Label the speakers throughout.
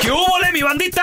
Speaker 1: ¿Qué hubo, le, mi bandita?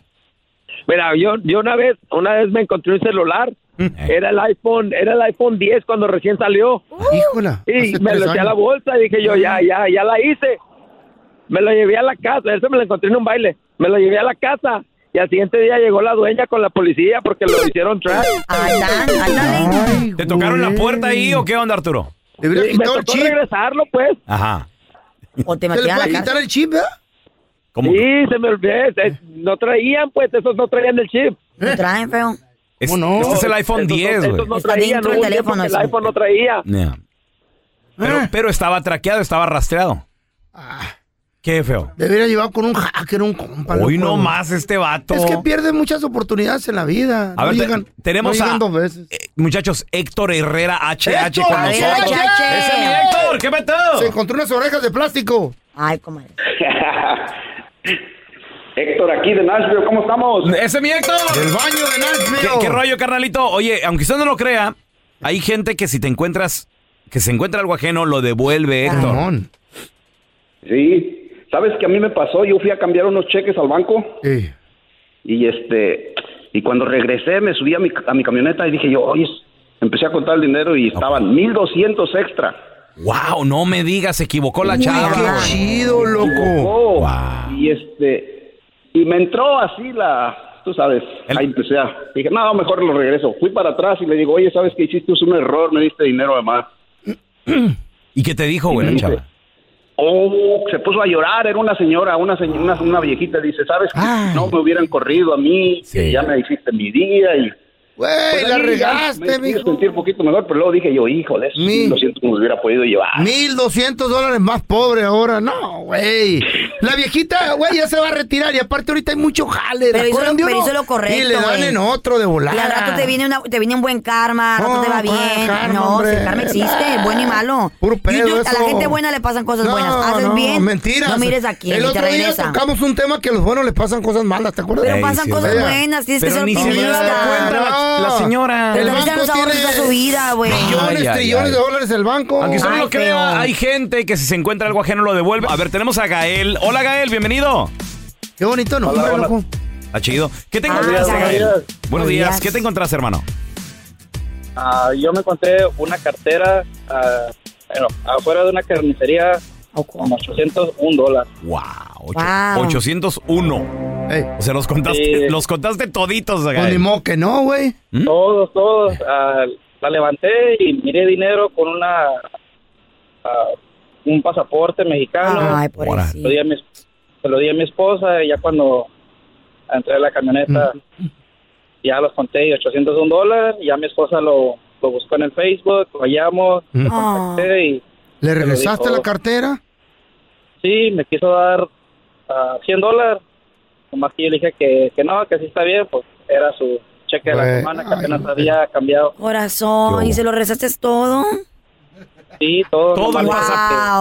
Speaker 2: Mira, yo, yo una vez, una vez me encontré un celular.
Speaker 3: Mm.
Speaker 2: Era el iPhone, era el iPhone 10 cuando recién salió.
Speaker 3: híjola.
Speaker 2: Y
Speaker 3: Uh. hace
Speaker 2: me
Speaker 3: tres
Speaker 2: lo eché a la
Speaker 3: años.
Speaker 2: bolsa y dije yo, ya, ya, ya la hice.
Speaker 4: me lo llevé a la casa, él se me lo encontré en un baile, me lo llevé a la casa y al siguiente día llegó la dueña con la policía porque lo hicieron trash.
Speaker 5: ¿Te tocaron la puerta ahí o qué onda, Arturo?
Speaker 3: Te hubieras
Speaker 4: me
Speaker 3: quitado el
Speaker 4: tocó
Speaker 3: chip.
Speaker 4: regresarlo pues.
Speaker 5: Ajá.
Speaker 6: O te
Speaker 3: ¿Se le
Speaker 6: metieron a
Speaker 3: puede
Speaker 6: la
Speaker 3: quitar
Speaker 6: cárcel.
Speaker 3: el chip, verdad?
Speaker 5: ¿Cómo?
Speaker 4: Sí, se me olvidó, eh, no traían pues, esos no traían el chip.
Speaker 6: Lo traen, feo.
Speaker 5: Es-
Speaker 3: ¿Cómo no?
Speaker 5: Este es el iPhone
Speaker 4: Esos no-
Speaker 5: 10,
Speaker 4: esos
Speaker 5: güey.
Speaker 4: no
Speaker 6: Está
Speaker 4: traían,
Speaker 6: dentro
Speaker 4: no
Speaker 6: del
Speaker 4: hubo tiempo
Speaker 6: teléfono
Speaker 4: que el
Speaker 6: eso.
Speaker 4: iPhone no traía.
Speaker 5: Yeah.
Speaker 3: Ah.
Speaker 5: Pero, pero estaba traqueado, estaba rastreado. Qué feo.
Speaker 3: Te hubiera llevado con un hacker, un compa.
Speaker 5: Hoy
Speaker 3: loco.
Speaker 5: no más este vato.
Speaker 3: Es que pierden muchas oportunidades en la vida.
Speaker 5: A
Speaker 3: no
Speaker 5: ver, te-
Speaker 3: llegan,
Speaker 5: tenemos
Speaker 3: no llegan
Speaker 5: a-
Speaker 3: dos veces.
Speaker 5: Eh, muchachos, Héctor Herrera HH
Speaker 3: ¡Héctor
Speaker 5: con
Speaker 6: Ay,
Speaker 3: Herrera
Speaker 5: nosotros.
Speaker 3: HH!
Speaker 6: chache.
Speaker 5: ¡Ese es mi Héctor! ¿Qué
Speaker 3: Se
Speaker 5: metido?
Speaker 3: encontró unas orejas de plástico.
Speaker 6: Ay, comadre.
Speaker 7: Héctor, aquí de Nashville, ¿cómo estamos?
Speaker 5: ¡Ese es mi Héctor!
Speaker 3: El baño de
Speaker 5: ¿Qué,
Speaker 3: Nashville.
Speaker 5: qué rollo, carnalito? Oye, aunque usted no lo crea, hay gente que si te encuentras, que se encuentra algo ajeno, lo devuelve, Héctor.
Speaker 3: Ramón.
Speaker 7: Sí, ¿sabes qué a mí me pasó? Yo fui a cambiar unos cheques al banco
Speaker 3: Sí.
Speaker 7: y este y cuando regresé me subí a mi, a mi camioneta y dije yo, oye, empecé a contar el dinero y estaban 1200 extra.
Speaker 5: ¡Wow! No me digas, se equivocó la
Speaker 3: Uy,
Speaker 5: chava.
Speaker 3: qué
Speaker 5: güey.
Speaker 3: chido, loco.
Speaker 7: Oh,
Speaker 5: Wow.
Speaker 7: Y este y me entró así la, tú sabes,
Speaker 5: El-
Speaker 7: ahí empecé a, dije, no, mejor lo regreso. Fui para atrás y le digo, oye, ¿sabes qué hiciste? Es un error, me diste dinero además.
Speaker 5: ¿Y qué te dijo, güey, la
Speaker 7: Sí.
Speaker 5: chava?
Speaker 7: Oh, se puso a llorar, era una señora, una señ- una, una viejita, dice, ¿sabes qué?
Speaker 3: Ay.
Speaker 7: No me hubieran corrido a mí,
Speaker 5: Sí.
Speaker 7: que ya me hiciste mi día y...
Speaker 3: Güey,
Speaker 7: Pues
Speaker 3: la
Speaker 7: ahí
Speaker 3: regaste,
Speaker 7: me hizo
Speaker 3: mijo.
Speaker 7: sentir un poquito mejor, pero luego dije yo, híjole, eso sí,
Speaker 3: Mi-
Speaker 7: lo siento como me hubiera podido
Speaker 6: Ah.
Speaker 7: llevar.
Speaker 3: 1200 dólares más pobre ahora. No, güey. La viejita, güey, ya se va a retirar. Y aparte, ahorita hay mucho jale.
Speaker 6: Pero
Speaker 3: La
Speaker 6: hizo lo-
Speaker 3: corren de
Speaker 6: pero
Speaker 3: uno
Speaker 6: hizo lo correcto,
Speaker 3: Y le dan
Speaker 6: güey.
Speaker 3: en otro de volar.
Speaker 6: Y al rato te viene, una, te viene un buen karma, al rato
Speaker 3: No,
Speaker 6: te
Speaker 3: ¿cuál
Speaker 6: va bien.
Speaker 3: karma,
Speaker 6: no,
Speaker 3: hombre? Ah,
Speaker 6: si el karma existe, es bueno y malo.
Speaker 3: Puro pedo
Speaker 6: YouTube, A
Speaker 3: eso.
Speaker 6: la gente buena le pasan cosas
Speaker 3: No,
Speaker 6: buenas. Haces
Speaker 3: no,
Speaker 6: bien.
Speaker 3: Mentiras.
Speaker 6: No mires aquí,
Speaker 3: El
Speaker 6: ni te
Speaker 3: otro día
Speaker 6: regresa.
Speaker 3: tocamos un tema que a los buenos les pasan cosas malas, ¿te acuerdas?
Speaker 6: Pero
Speaker 5: Ey,
Speaker 6: pasan
Speaker 5: sí,
Speaker 6: cosas
Speaker 3: ¿verdad?
Speaker 6: buenas, tienes que
Speaker 5: Pero
Speaker 6: ser
Speaker 5: ni se
Speaker 3: había
Speaker 6: optimista.
Speaker 5: dado cuenta la- la señora.
Speaker 6: El
Speaker 3: El
Speaker 6: banco
Speaker 3: banco
Speaker 6: tiene
Speaker 3: tiene
Speaker 6: su vida, güey.
Speaker 3: Millones,
Speaker 5: Ay, ay,
Speaker 3: trillones
Speaker 5: ay.
Speaker 3: de dólares el banco.
Speaker 5: Aunque usted no
Speaker 6: Ay,
Speaker 5: lo crea,
Speaker 6: feo.
Speaker 5: hay gente que si se encuentra algo ajeno lo devuelve. A ver, tenemos a Gael. Hola, Gael, bienvenido.
Speaker 3: Qué bonito nombre,
Speaker 7: Hola, hola.
Speaker 3: loco.
Speaker 5: Está chido. ¿Qué te
Speaker 6: Ah,
Speaker 5: encontraste,
Speaker 6: ya.
Speaker 5: Gael?
Speaker 4: Buenos
Speaker 5: Buenos
Speaker 6: Buenos
Speaker 5: días.
Speaker 6: días.
Speaker 5: ¿Qué te encontraste, hermano?
Speaker 4: Ah, yo me encontré una cartera, ah, bueno, afuera de una carnicería,
Speaker 6: ¿O
Speaker 4: como
Speaker 6: cómo?
Speaker 4: 801 dólares.
Speaker 5: Wow, ocho-
Speaker 6: Wow.
Speaker 5: 801.
Speaker 3: Ey,
Speaker 5: O sea, los contaste,
Speaker 4: Sí.
Speaker 5: los contaste toditos,
Speaker 3: pues ni
Speaker 5: Gael.
Speaker 3: modo que no, güey.
Speaker 4: Todos, todos. ah, la levanté y miré dinero con una ah, un pasaporte mexicano.
Speaker 6: Ay,
Speaker 4: se, lo
Speaker 6: pobrecito.
Speaker 4: di a mi, se lo di a mi esposa y ya cuando entré a la camioneta ya los conté y 801 dólares. y Ya mi esposa lo, lo buscó en el Facebook, lo hallamos,
Speaker 3: Mm.
Speaker 6: Ah.
Speaker 4: contacté y lo
Speaker 3: ¿Le regresaste
Speaker 4: dijo.
Speaker 3: la cartera?
Speaker 4: sí, me quiso dar ah, 100 dólares. Nomás que yo le dije que, que no, que sí está bien, pues era su cheque de
Speaker 3: Güey,
Speaker 4: la semana que
Speaker 3: ay,
Speaker 4: apenas
Speaker 3: güey.
Speaker 4: había cambiado.
Speaker 6: Corazón, ¿y se lo rezaste todo?
Speaker 4: Sí, todo.
Speaker 5: Todo el,
Speaker 4: nomás-
Speaker 6: Wow.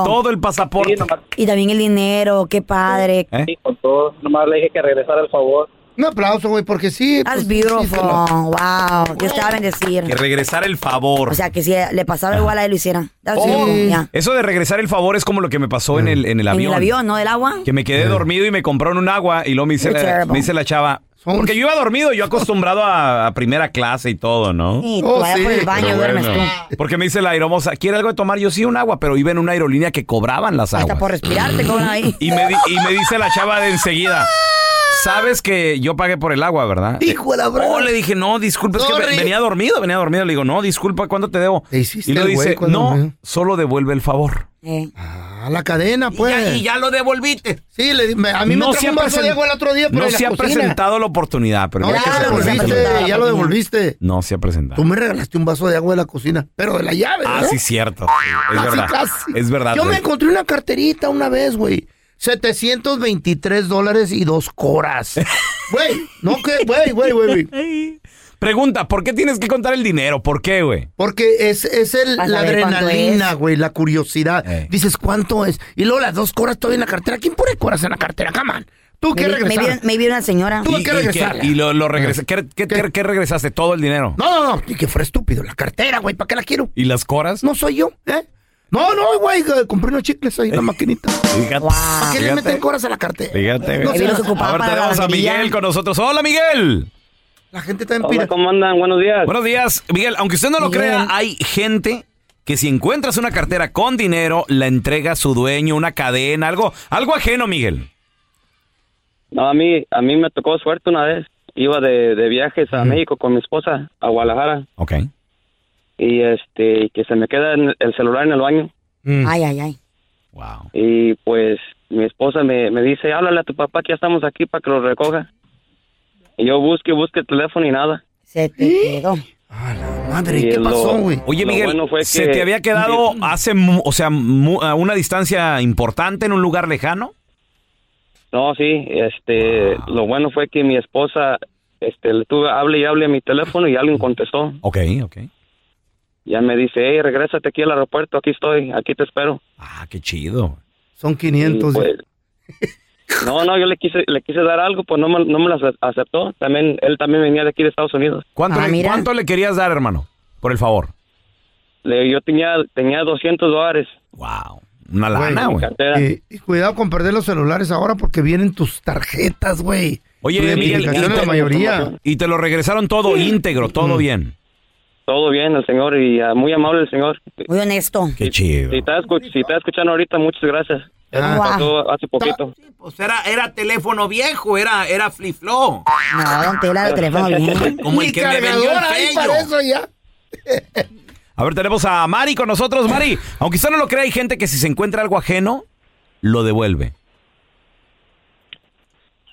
Speaker 5: pasaporte, todo el
Speaker 4: Sí,
Speaker 5: pasaporte.
Speaker 4: nomás,
Speaker 6: Y también el dinero, qué padre.
Speaker 5: ¿Eh?
Speaker 4: sí, con todo. Nomás le dije que regresara el favor.
Speaker 3: Un aplauso, güey, porque sí. pues,
Speaker 6: That's
Speaker 3: sí se lo-
Speaker 6: beautiful. Wow, Dios te va a
Speaker 5: Que
Speaker 6: bendecir.
Speaker 5: regresar el favor.
Speaker 6: O sea, que si le pasaba igual a él, lo hicieran. That's
Speaker 5: Oh,
Speaker 6: beautiful, ya.
Speaker 5: Eso de regresar el favor es como lo que me pasó
Speaker 3: Mm.
Speaker 5: en el, en el
Speaker 6: En
Speaker 5: avión.
Speaker 6: el avión, ¿no? Del agua.
Speaker 5: Que me quedé dormido y me compraron un agua y luego me dice,
Speaker 6: You're
Speaker 5: la,
Speaker 6: terrible.
Speaker 5: me dice la chava. Porque yo iba dormido, yo acostumbrado a, a primera clase y todo, ¿no?
Speaker 6: Y tú
Speaker 3: Oh,
Speaker 6: vayas por
Speaker 3: sí,
Speaker 6: el baño,
Speaker 3: pero
Speaker 6: duermes tú.
Speaker 5: Porque me dice la aeromoza, ¿quiere algo de tomar? Yo sí, un agua, pero iba en una aerolínea que cobraban las
Speaker 6: Hasta
Speaker 5: aguas.
Speaker 6: por respirar te cobran ahí.
Speaker 5: Y me, di- y me dice la chava de enseguida, sabes que yo pagué por el agua, ¿verdad?
Speaker 3: Hijo de la brava.
Speaker 5: Oh, le dije, no, disculpa, es que
Speaker 3: Sorry.
Speaker 5: ve- venía dormido, venía dormido. Le digo, no, disculpa, ¿cuánto te debo?
Speaker 3: Te hiciste
Speaker 5: y le
Speaker 3: el güey
Speaker 5: dice,
Speaker 3: cuando
Speaker 5: no,
Speaker 3: me-
Speaker 5: solo devuelve el favor.
Speaker 6: Eh.
Speaker 3: A Ah, la cadena,
Speaker 8: Y ya,
Speaker 3: pues.
Speaker 8: y ya lo devolviste.
Speaker 3: Sí, le, me- a mí
Speaker 5: no
Speaker 3: me trajo un vaso
Speaker 5: presen-
Speaker 3: de agua el otro día, pero
Speaker 5: no
Speaker 3: en la
Speaker 5: se ha
Speaker 3: cocina.
Speaker 5: presentado la oportunidad, pero
Speaker 3: No,
Speaker 5: mira
Speaker 3: ya
Speaker 5: que
Speaker 3: lo
Speaker 5: se presenta la
Speaker 6: presentado
Speaker 3: devolviste,
Speaker 6: la
Speaker 3: ya lo
Speaker 6: oportunidad.
Speaker 3: devolviste.
Speaker 5: No se ha presentado.
Speaker 3: Tú me regalaste un vaso de agua de la cocina, pero de la llave,
Speaker 5: Ah,
Speaker 3: ¿verdad?
Speaker 5: sí, cierto. Es
Speaker 3: Casi,
Speaker 5: verdad.
Speaker 3: casi.
Speaker 5: Es verdad.
Speaker 3: Yo me
Speaker 5: güey.
Speaker 3: encontré una carterita una vez, güey. 723 dólares y dos coras. Güey, no que, güey, güey, güey. güey.
Speaker 5: Pregunta, ¿por qué tienes que contar el dinero? ¿Por qué, güey?
Speaker 3: Porque es, es el,
Speaker 6: Vas a
Speaker 3: la
Speaker 6: ver cuánto
Speaker 3: adrenalina,
Speaker 6: es.
Speaker 3: güey, la curiosidad.
Speaker 5: Ey.
Speaker 3: Dices, ¿cuánto es? Y luego las dos coras todavía en la cartera. ¿Quién pone coras en la cartera? Come on. Tú
Speaker 6: Me,
Speaker 3: que
Speaker 6: vi- me,
Speaker 3: regresar.
Speaker 6: vieron- me vieron una señora.
Speaker 3: Tú- Tuve que regresarla.
Speaker 5: y lo, lo regresé. ¿Qué, qué, qué- qué regresaste? Todo el dinero.
Speaker 3: No, no, no. Y que fuera estúpido. La cartera, güey, ¿para qué la quiero?
Speaker 5: ¿Y las coras?
Speaker 3: No soy yo, ¿eh? No, no, güey, eh, compré unos chicles ahí en la maquinita.
Speaker 5: Fíjate.
Speaker 6: Wow.
Speaker 3: ¿Para qué le
Speaker 5: Fíjate.
Speaker 3: meten coras a la cartera?
Speaker 5: Fíjate, güey.
Speaker 3: No
Speaker 6: Me
Speaker 3: sé,
Speaker 6: vieron
Speaker 3: la,
Speaker 6: ocupada
Speaker 5: A ver,
Speaker 6: para la
Speaker 5: tenemos a
Speaker 6: lavandería.
Speaker 5: Miguel con nosotros. ¡Hola, Miguel!
Speaker 3: la gente está en
Speaker 4: Hola,
Speaker 3: pira.
Speaker 4: ¿cómo andan? Buenos días.
Speaker 5: Buenos días. Miguel, aunque usted no lo
Speaker 6: Miguel.
Speaker 5: crea, hay gente que si encuentras una cartera con dinero, la entrega a su dueño, una cadena, algo, algo ajeno, Miguel.
Speaker 2: No, a mí, a mí me tocó suerte una vez. Iba de, de viajes a México con mi esposa, a Guadalajara,
Speaker 5: Ok.
Speaker 2: y este, que se me queda en el celular en el baño.
Speaker 5: Mm.
Speaker 6: Ay, ay, ay.
Speaker 2: Y pues mi esposa me, me dice, háblale a tu papá que ya estamos aquí para que lo recoja. Y yo busque, busque el teléfono y nada.
Speaker 6: Se te quedó.
Speaker 3: Madre,
Speaker 2: Y
Speaker 3: ¿qué
Speaker 2: lo-
Speaker 3: pasó, güey?
Speaker 5: Oye,
Speaker 2: Lo
Speaker 5: Miguel,
Speaker 2: bueno fue
Speaker 5: ¿se
Speaker 2: que-
Speaker 5: te había quedado hace, mu- o sea, mu- a una distancia importante en un lugar lejano?
Speaker 2: No, sí, este, lo bueno fue que mi esposa, este, le tuve, hable y hable a mi teléfono y alguien contestó.
Speaker 5: Ok, ok.
Speaker 2: Ya me dice, hey, regrésate aquí al aeropuerto, aquí estoy, aquí te espero.
Speaker 5: Ah, qué chido.
Speaker 3: Son
Speaker 2: Y,
Speaker 3: 500.
Speaker 2: pues, no, no, yo le quise, le quise dar algo, pues no me, no me las aceptó. También, él también venía de aquí de Estados Unidos.
Speaker 5: ¿Cuánto,
Speaker 6: Ah,
Speaker 5: le,
Speaker 6: mira.
Speaker 5: cuánto le querías dar, hermano? Por el favor.
Speaker 2: Le, yo tenía, tenía 200 dólares
Speaker 5: Wow. Una
Speaker 3: Güey,
Speaker 5: lana,
Speaker 2: en mi
Speaker 5: güey.
Speaker 2: cartera.
Speaker 3: Eh, y cuidado con perder los celulares ahora porque vienen tus tarjetas, güey.
Speaker 5: Oye,
Speaker 3: Tu
Speaker 5: Miguel,
Speaker 3: identificación
Speaker 5: y
Speaker 3: la
Speaker 5: te-
Speaker 3: mayoría. Mm.
Speaker 5: Y te lo regresaron todo íntegro, todo bien.
Speaker 2: Todo bien, el señor, y ah, muy amable el señor.
Speaker 6: Muy honesto.
Speaker 5: Qué chido.
Speaker 2: Si está, escu- si está escuchando ahorita, muchas gracias. Eso me
Speaker 6: Ah.
Speaker 2: pasó hace poquito.
Speaker 9: Sí, pues era, era teléfono viejo, era, era flip-flop.
Speaker 6: No, don Tela, el teléfono bien.
Speaker 9: Como el que me vendió el fello.
Speaker 3: ya.
Speaker 5: A ver, tenemos a Mari con nosotros. Mari, aunque usted no lo crea, hay gente que si se encuentra algo ajeno, lo devuelve.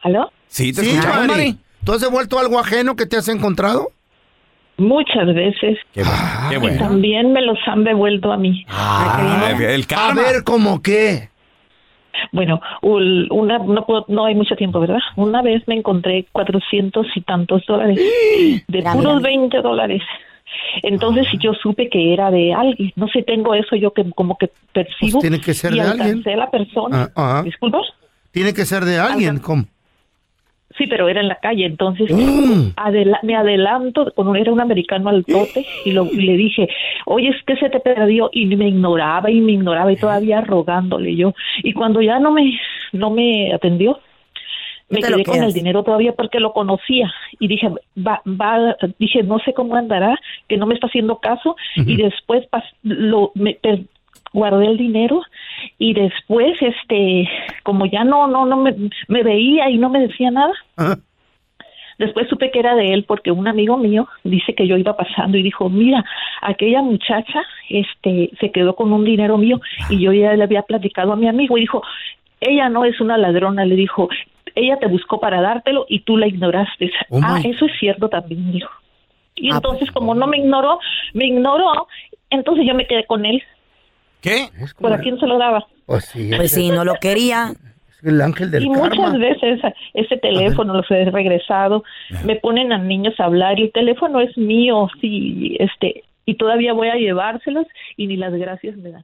Speaker 10: ¿Aló?
Speaker 5: Sí, te
Speaker 3: Sí,
Speaker 5: escuchamos,
Speaker 3: Mari.
Speaker 5: Mari.
Speaker 3: ¿Tú has vuelto algo ajeno que te has encontrado? Ah,
Speaker 10: Muchas veces.
Speaker 5: Qué bueno. qué
Speaker 10: Y
Speaker 5: bueno.
Speaker 10: también me los han devuelto a mí.
Speaker 5: Ah, el
Speaker 3: A
Speaker 5: karma.
Speaker 3: ver, ¿cómo qué?
Speaker 10: Bueno, ul- una, no, puedo- no hay mucho tiempo, ¿verdad? Una vez me encontré cuatrocientos y tantos dólares, de
Speaker 6: Mira,
Speaker 10: puros
Speaker 6: mira.
Speaker 10: 20 dólares. Entonces
Speaker 3: Ah.
Speaker 10: yo supe que era de alguien. No sé, tengo eso yo que como que percibo.
Speaker 3: Pues tiene que ser
Speaker 10: y
Speaker 3: de
Speaker 10: alcancé
Speaker 3: alguien.
Speaker 10: la persona.
Speaker 3: Ah, ajá.
Speaker 10: Disculpa.
Speaker 3: Tiene que ser de alguien, ¿cómo?
Speaker 10: Sí, pero era en la calle, entonces
Speaker 3: Mm.
Speaker 10: adela- me adelanto, con un- era un americano al tote y, lo, y le dije, oye, es que se te perdió y me ignoraba y me ignoraba y todavía rogándole yo. Y cuando ya no me, no me atendió, me
Speaker 6: te lo
Speaker 10: quedé con
Speaker 6: quedas.
Speaker 10: el dinero todavía porque lo conocía y dije, va, va, dije, no sé cómo andará, que no me está haciendo caso y después pas- lo, me, per- guardé el dinero y después, este, como ya no, no, no me, me veía y no me decía nada.
Speaker 3: Ajá.
Speaker 10: Después supe que era de él porque un amigo mío dice que yo iba pasando y dijo, mira, aquella muchacha este, se quedó con un dinero mío y yo ya le había platicado a mi amigo y dijo, ella no es una ladrona, le dijo, ella te buscó para dártelo y tú la ignoraste.
Speaker 3: Oh,
Speaker 10: ah,
Speaker 3: my. pues, oh.
Speaker 10: eso es cierto también, dijo. Y
Speaker 6: Ah,
Speaker 10: entonces como no me ignoró, me ignoró, entonces yo me quedé con él.
Speaker 5: ¿Qué?
Speaker 3: Es como
Speaker 10: ¿Por a quién se lo daba?
Speaker 3: Pues sí,
Speaker 6: Pues
Speaker 3: es
Speaker 6: sí, no lo quería.
Speaker 3: el ángel del
Speaker 10: y
Speaker 3: karma.
Speaker 10: muchas veces ese teléfono los he regresado, me ponen a niños a hablar y el teléfono es mío, sí, este, y todavía voy a llevárselos y ni las gracias me dan.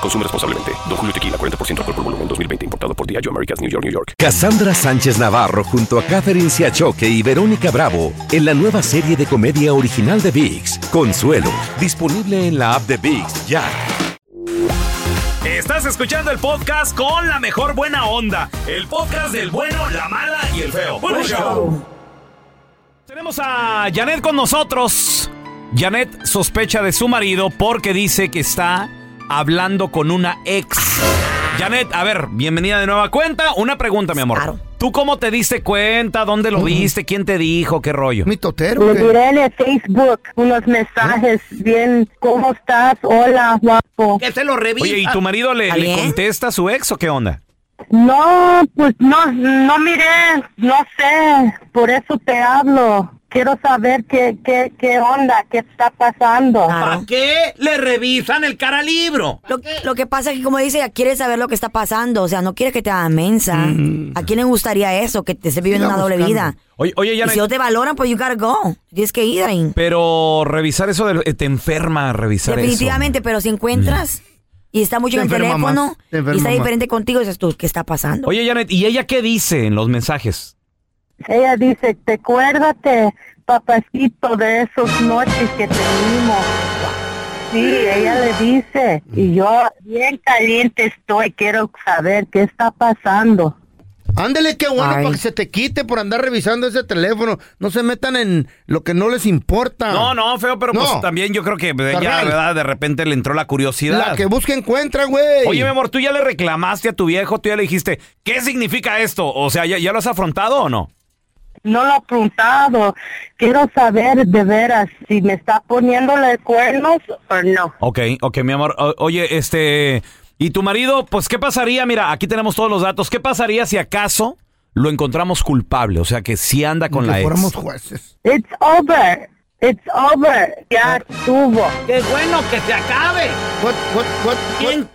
Speaker 11: Consume responsablemente. Don Julio Tequila, 40% alcohol por volumen, 2020. Importado por Diageo Americas, New York, New York.
Speaker 12: Cassandra Sánchez Navarro junto a Catherine Siachoque y Verónica Bravo en la nueva serie de comedia original de VIX, Consuelo, disponible en la app de VIX ya.
Speaker 1: Estás escuchando el podcast con la mejor buena onda. El podcast del bueno, la mala y el feo. Bueno, show.
Speaker 5: Tenemos a Janet con nosotros. Janet sospecha de su marido porque dice que está hablando con una ex. Janet, a ver, bienvenida de nueva cuenta. Una pregunta, mi amor.
Speaker 6: Claro.
Speaker 5: ¿Tú cómo te diste cuenta? ¿Dónde lo viste? ¿Quién te dijo? ¿Qué rollo?
Speaker 3: Mi totero.
Speaker 13: Le miré en el Facebook unos mensajes bien, ¿cómo estás? Hola, guapo.
Speaker 9: Que se lo revisa.
Speaker 5: Oye, ¿y tu marido le, le contesta a su ex o qué onda?
Speaker 13: No, pues no, no miré, no sé, por eso te hablo. Quiero saber qué, qué, qué onda, qué está pasando.
Speaker 9: ¿Para qué le revisan el cara libro?
Speaker 6: Lo, lo que pasa es que, como dice, ella quiere saber lo que está pasando. O sea, no quiere que te hagan mensa.
Speaker 5: Mm.
Speaker 6: ¿A quién le gustaría eso? Que te esté viviendo
Speaker 5: Siga
Speaker 6: una doble
Speaker 5: buscando.
Speaker 6: vida.
Speaker 5: Oye, oye,
Speaker 6: Y
Speaker 5: ya
Speaker 6: si no te valoran, pues you gotta go. Tienes que ir ahí.
Speaker 5: Pero revisar eso de- eh, te enferma revisar
Speaker 6: Definitivamente, pero si encuentras y está mucho
Speaker 5: Mm. Te
Speaker 6: en el
Speaker 5: enferma
Speaker 6: teléfono
Speaker 5: más, te
Speaker 6: y
Speaker 5: enferma
Speaker 6: está
Speaker 5: más.
Speaker 6: diferente contigo, dices tú, ¿qué está
Speaker 5: eso.
Speaker 6: pasando?
Speaker 5: Oye, Janet, ¿y ella qué dice en los mensajes?
Speaker 13: Ella dice, te acuérdate, papacito, de esas noches que tuvimos. Sí, ella le dice,
Speaker 3: Mm.
Speaker 13: y yo bien caliente estoy, quiero saber qué está pasando.
Speaker 3: Ándele, qué bueno para que se te quite por andar revisando ese teléfono. No se metan en lo que no les importa.
Speaker 5: No, no, feo, pero pues
Speaker 3: Ah. No.
Speaker 5: también yo creo que pues, ella,
Speaker 3: Carnal.
Speaker 5: ¿verdad? De repente le entró la curiosidad.
Speaker 3: La que busca encuentra, güey.
Speaker 5: Oye, mi amor, tú ya le reclamaste a tu viejo, tú ya le dijiste, ¿qué significa esto? O sea, ¿ya, ya lo has afrontado o no?
Speaker 13: No lo ha preguntado. Quiero saber de veras si me está poniéndole cuernos o no.
Speaker 5: Ok, ok, mi amor. O- oye, este. ¿Y tu marido? Pues, ¿qué pasaría? Mira, aquí tenemos todos los datos. ¿Qué pasaría si acaso lo encontramos culpable? O sea, que sí anda con la ex.
Speaker 3: jueces.
Speaker 13: It's over. It's over. Ya estuvo.
Speaker 9: ¡Qué bueno que se acabe!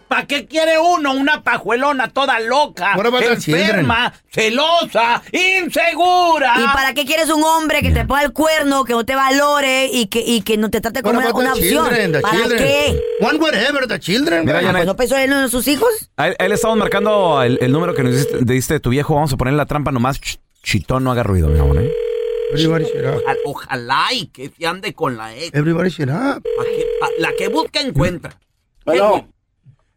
Speaker 9: ¿Para qué quiere uno una pajuelona toda loca,
Speaker 3: What about the
Speaker 9: enferma, celosa, insegura?
Speaker 6: ¿Y para qué quieres un hombre que te ponga el cuerno, que no te valore y que, y que no te trate como
Speaker 3: What
Speaker 6: una,
Speaker 3: about
Speaker 6: una
Speaker 3: the
Speaker 6: opción?
Speaker 3: pues, children, the
Speaker 6: ¿Para
Speaker 3: children?
Speaker 6: qué?
Speaker 3: One whatever, the children.
Speaker 5: Mira,
Speaker 6: Ah,
Speaker 5: Janet.
Speaker 6: pues no pensó en uno de sus hijos.
Speaker 5: A él, a él estamos marcando el, el número que nos diste, le diste de tu viejo. Vamos a poner la trampa nomás. Ch- chitón, no haga ruido, mi amor. ¿eh?
Speaker 9: Ojalá, ojalá y que se ande con la ex.
Speaker 3: Everybody shut up.
Speaker 9: Pa' que- pa- la que busca encuentra.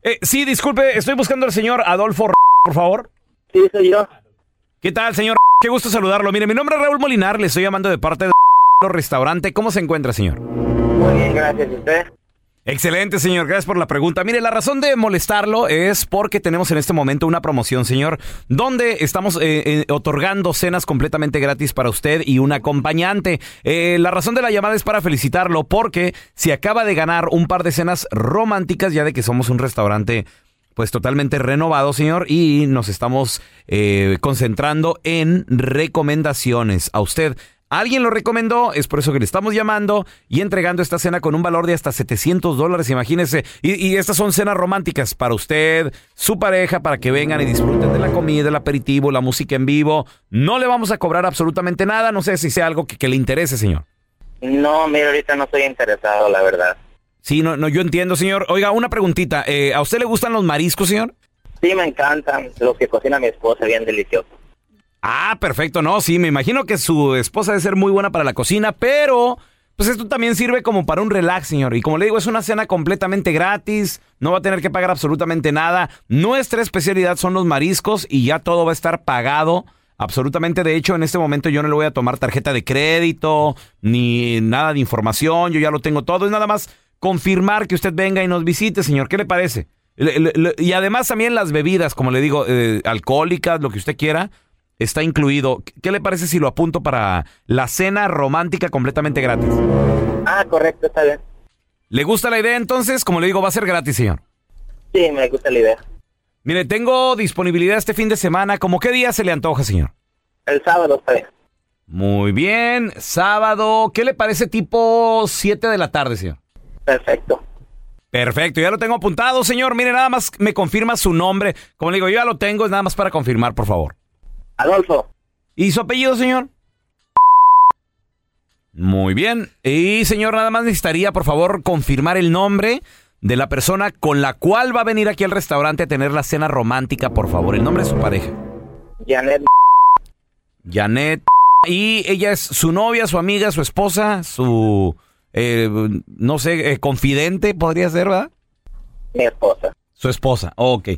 Speaker 5: Eh, sí, disculpe, estoy buscando al señor Adolfo, R- por favor.
Speaker 14: Sí, soy yo.
Speaker 5: ¿Qué tal, señor? R-? Qué gusto saludarlo. Mire, mi nombre es Raúl Molinar, le estoy llamando de parte de R- Restaurante. ¿Cómo se encuentra, señor?
Speaker 14: Muy bien, gracias. ¿Y usted?
Speaker 5: Excelente, señor. Gracias por la pregunta. Mire, la razón de molestarlo es porque tenemos en este momento una promoción, señor, donde estamos eh, eh, otorgando cenas completamente gratis para usted y un acompañante. Eh, la razón de la llamada es para felicitarlo porque se acaba de ganar un par de cenas románticas ya de que somos un restaurante pues totalmente renovado, señor, y nos estamos eh, concentrando en recomendaciones a usted. Alguien lo recomendó, es por eso que le estamos llamando y entregando esta cena con un valor de hasta 700 dólares, imagínese. Y, y estas son cenas románticas para usted, su pareja, para que vengan y disfruten de la comida, el aperitivo, la música en vivo. No le vamos a cobrar absolutamente nada, no sé si sea algo que, que le interese, señor.
Speaker 14: No, mira, ahorita no estoy interesado, la verdad.
Speaker 5: Sí, no, no, yo entiendo, señor. Oiga, una preguntita, eh, ¿a usted le gustan los mariscos, señor?
Speaker 14: Sí, me encantan los que cocina mi esposa, bien delicioso.
Speaker 5: Ah, perfecto, no, sí, me imagino que su esposa debe ser muy buena para la cocina, pero pues esto también sirve como para un relax, señor. Y como le digo, es una cena completamente gratis, no va a tener que pagar absolutamente nada. Nuestra especialidad son los mariscos y ya todo va a estar pagado. Absolutamente, de hecho, en este momento yo no le voy a tomar tarjeta de crédito ni nada de información, yo ya lo tengo todo, es nada más confirmar que usted venga y nos visite, señor. ¿Qué le parece? Le- le- le- y además también las bebidas, como le digo, eh, alcohólicas, lo que usted quiera, está incluido. ¿Qué- ¿Qué le parece si lo apunto para la cena romántica completamente gratis?
Speaker 14: Ah, correcto, está bien.
Speaker 5: ¿Le gusta la idea entonces? Como le digo, va a ser gratis, señor.
Speaker 14: Sí, me gusta la idea.
Speaker 5: Mire, tengo disponibilidad este fin de semana. ¿Cómo qué día se le antoja, señor?
Speaker 14: El sábado pues. está bien.
Speaker 5: Muy bien, sábado. ¿Qué le parece tipo 7 de la tarde, señor?
Speaker 14: Perfecto.
Speaker 5: Perfecto, ya lo tengo apuntado, señor. Mire, nada más me confirma su nombre. Como le digo, yo ya lo tengo, es nada más para confirmar, por favor.
Speaker 14: Adolfo.
Speaker 5: ¿Y su apellido, señor? Muy bien. Y, señor, nada más necesitaría, por favor, confirmar el nombre de la persona con la cual va a venir aquí al restaurante a tener la cena romántica, por favor. El nombre de su pareja.
Speaker 14: Janet,
Speaker 5: Janet. Y ella es su novia, su amiga, su esposa, su, eh, no sé, eh, confidente, podría ser, ¿verdad?
Speaker 14: mi esposa.
Speaker 5: Su esposa, ok.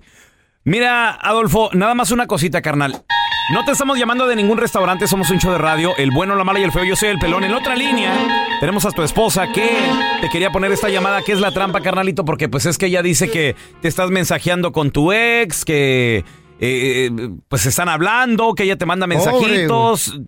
Speaker 5: Mira, Adolfo, nada más una cosita, carnal. No te estamos llamando de ningún restaurante, somos un show de radio, el bueno, la mala y el feo, yo soy el pelón. En otra línea tenemos a tu esposa que te quería poner esta llamada, que es la trampa, carnalito, porque pues es que ella dice que te estás mensajeando con tu ex, que eh, eh, pues están hablando, que ella te manda mensajitos.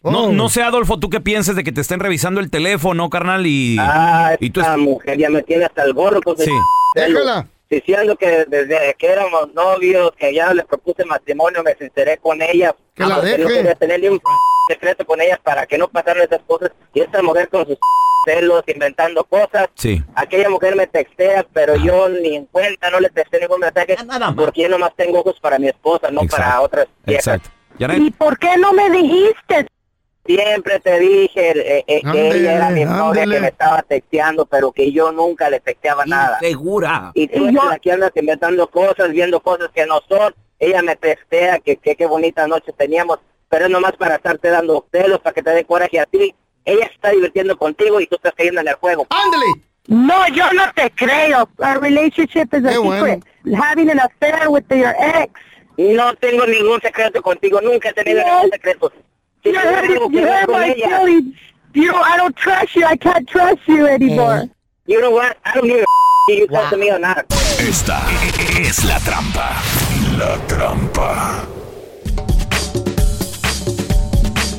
Speaker 5: No,
Speaker 14: Pobre.
Speaker 5: no sé, Adolfo, ¿tú qué piensas de que te estén revisando el teléfono, carnal? Y,
Speaker 14: Ah,
Speaker 5: y tú
Speaker 14: esta mujer ya me tiene hasta el gorro. Pues,
Speaker 5: Sí.
Speaker 14: Déjala. Diciendo que desde que éramos novios, que ya le propuse matrimonio, me sinceré con ella.
Speaker 3: Que la
Speaker 14: porque No
Speaker 3: deje.
Speaker 14: quería tener ni un secreto con ella para que no pasaran esas cosas. Y esta mujer con sus celos, inventando cosas.
Speaker 5: Sí.
Speaker 14: Aquella mujer me textea, pero
Speaker 5: Ah.
Speaker 14: yo ni en cuenta, no le texté ningún mensaje. Porque yo nomás tengo ojos para mi esposa, no para otras viejas.
Speaker 5: Exacto. Janet.
Speaker 13: ¿Y por qué no me dijiste?
Speaker 14: Siempre te dije eh, eh, que
Speaker 13: Ándele,
Speaker 14: ella era mi novia que
Speaker 13: ándele.
Speaker 14: me estaba texteando, pero que yo nunca le texteaba nada.
Speaker 15: Ah.
Speaker 5: Segura.
Speaker 14: Y tú eres la que andas inventando cosas, viendo cosas que no son. Ella me textea que que- qué bonitas noches teníamos, pero es nomás para estarte dando celos, para que te dé coraje a ti. Ella se está divirtiendo contigo y tú estás cayendo en el juego.
Speaker 3: ¡Ándale!
Speaker 13: No, yo no te creo. A relationship is a
Speaker 14: Qué bueno.
Speaker 13: secret. Having an affair with your ex.
Speaker 14: No tengo ningún secreto contigo, nunca he tenido ningún secreto. Si
Speaker 13: You
Speaker 14: tuviera
Speaker 13: heard,
Speaker 14: algo
Speaker 13: it-
Speaker 14: que
Speaker 13: you
Speaker 14: ver
Speaker 13: heard
Speaker 14: con
Speaker 13: my
Speaker 14: ella-
Speaker 13: feelings. You know, I don't trust you. I can't trust you anymore.
Speaker 14: Mm. You know what? I don't give a if you talk to me or not.
Speaker 12: Esta es la trampa.
Speaker 16: La trampa.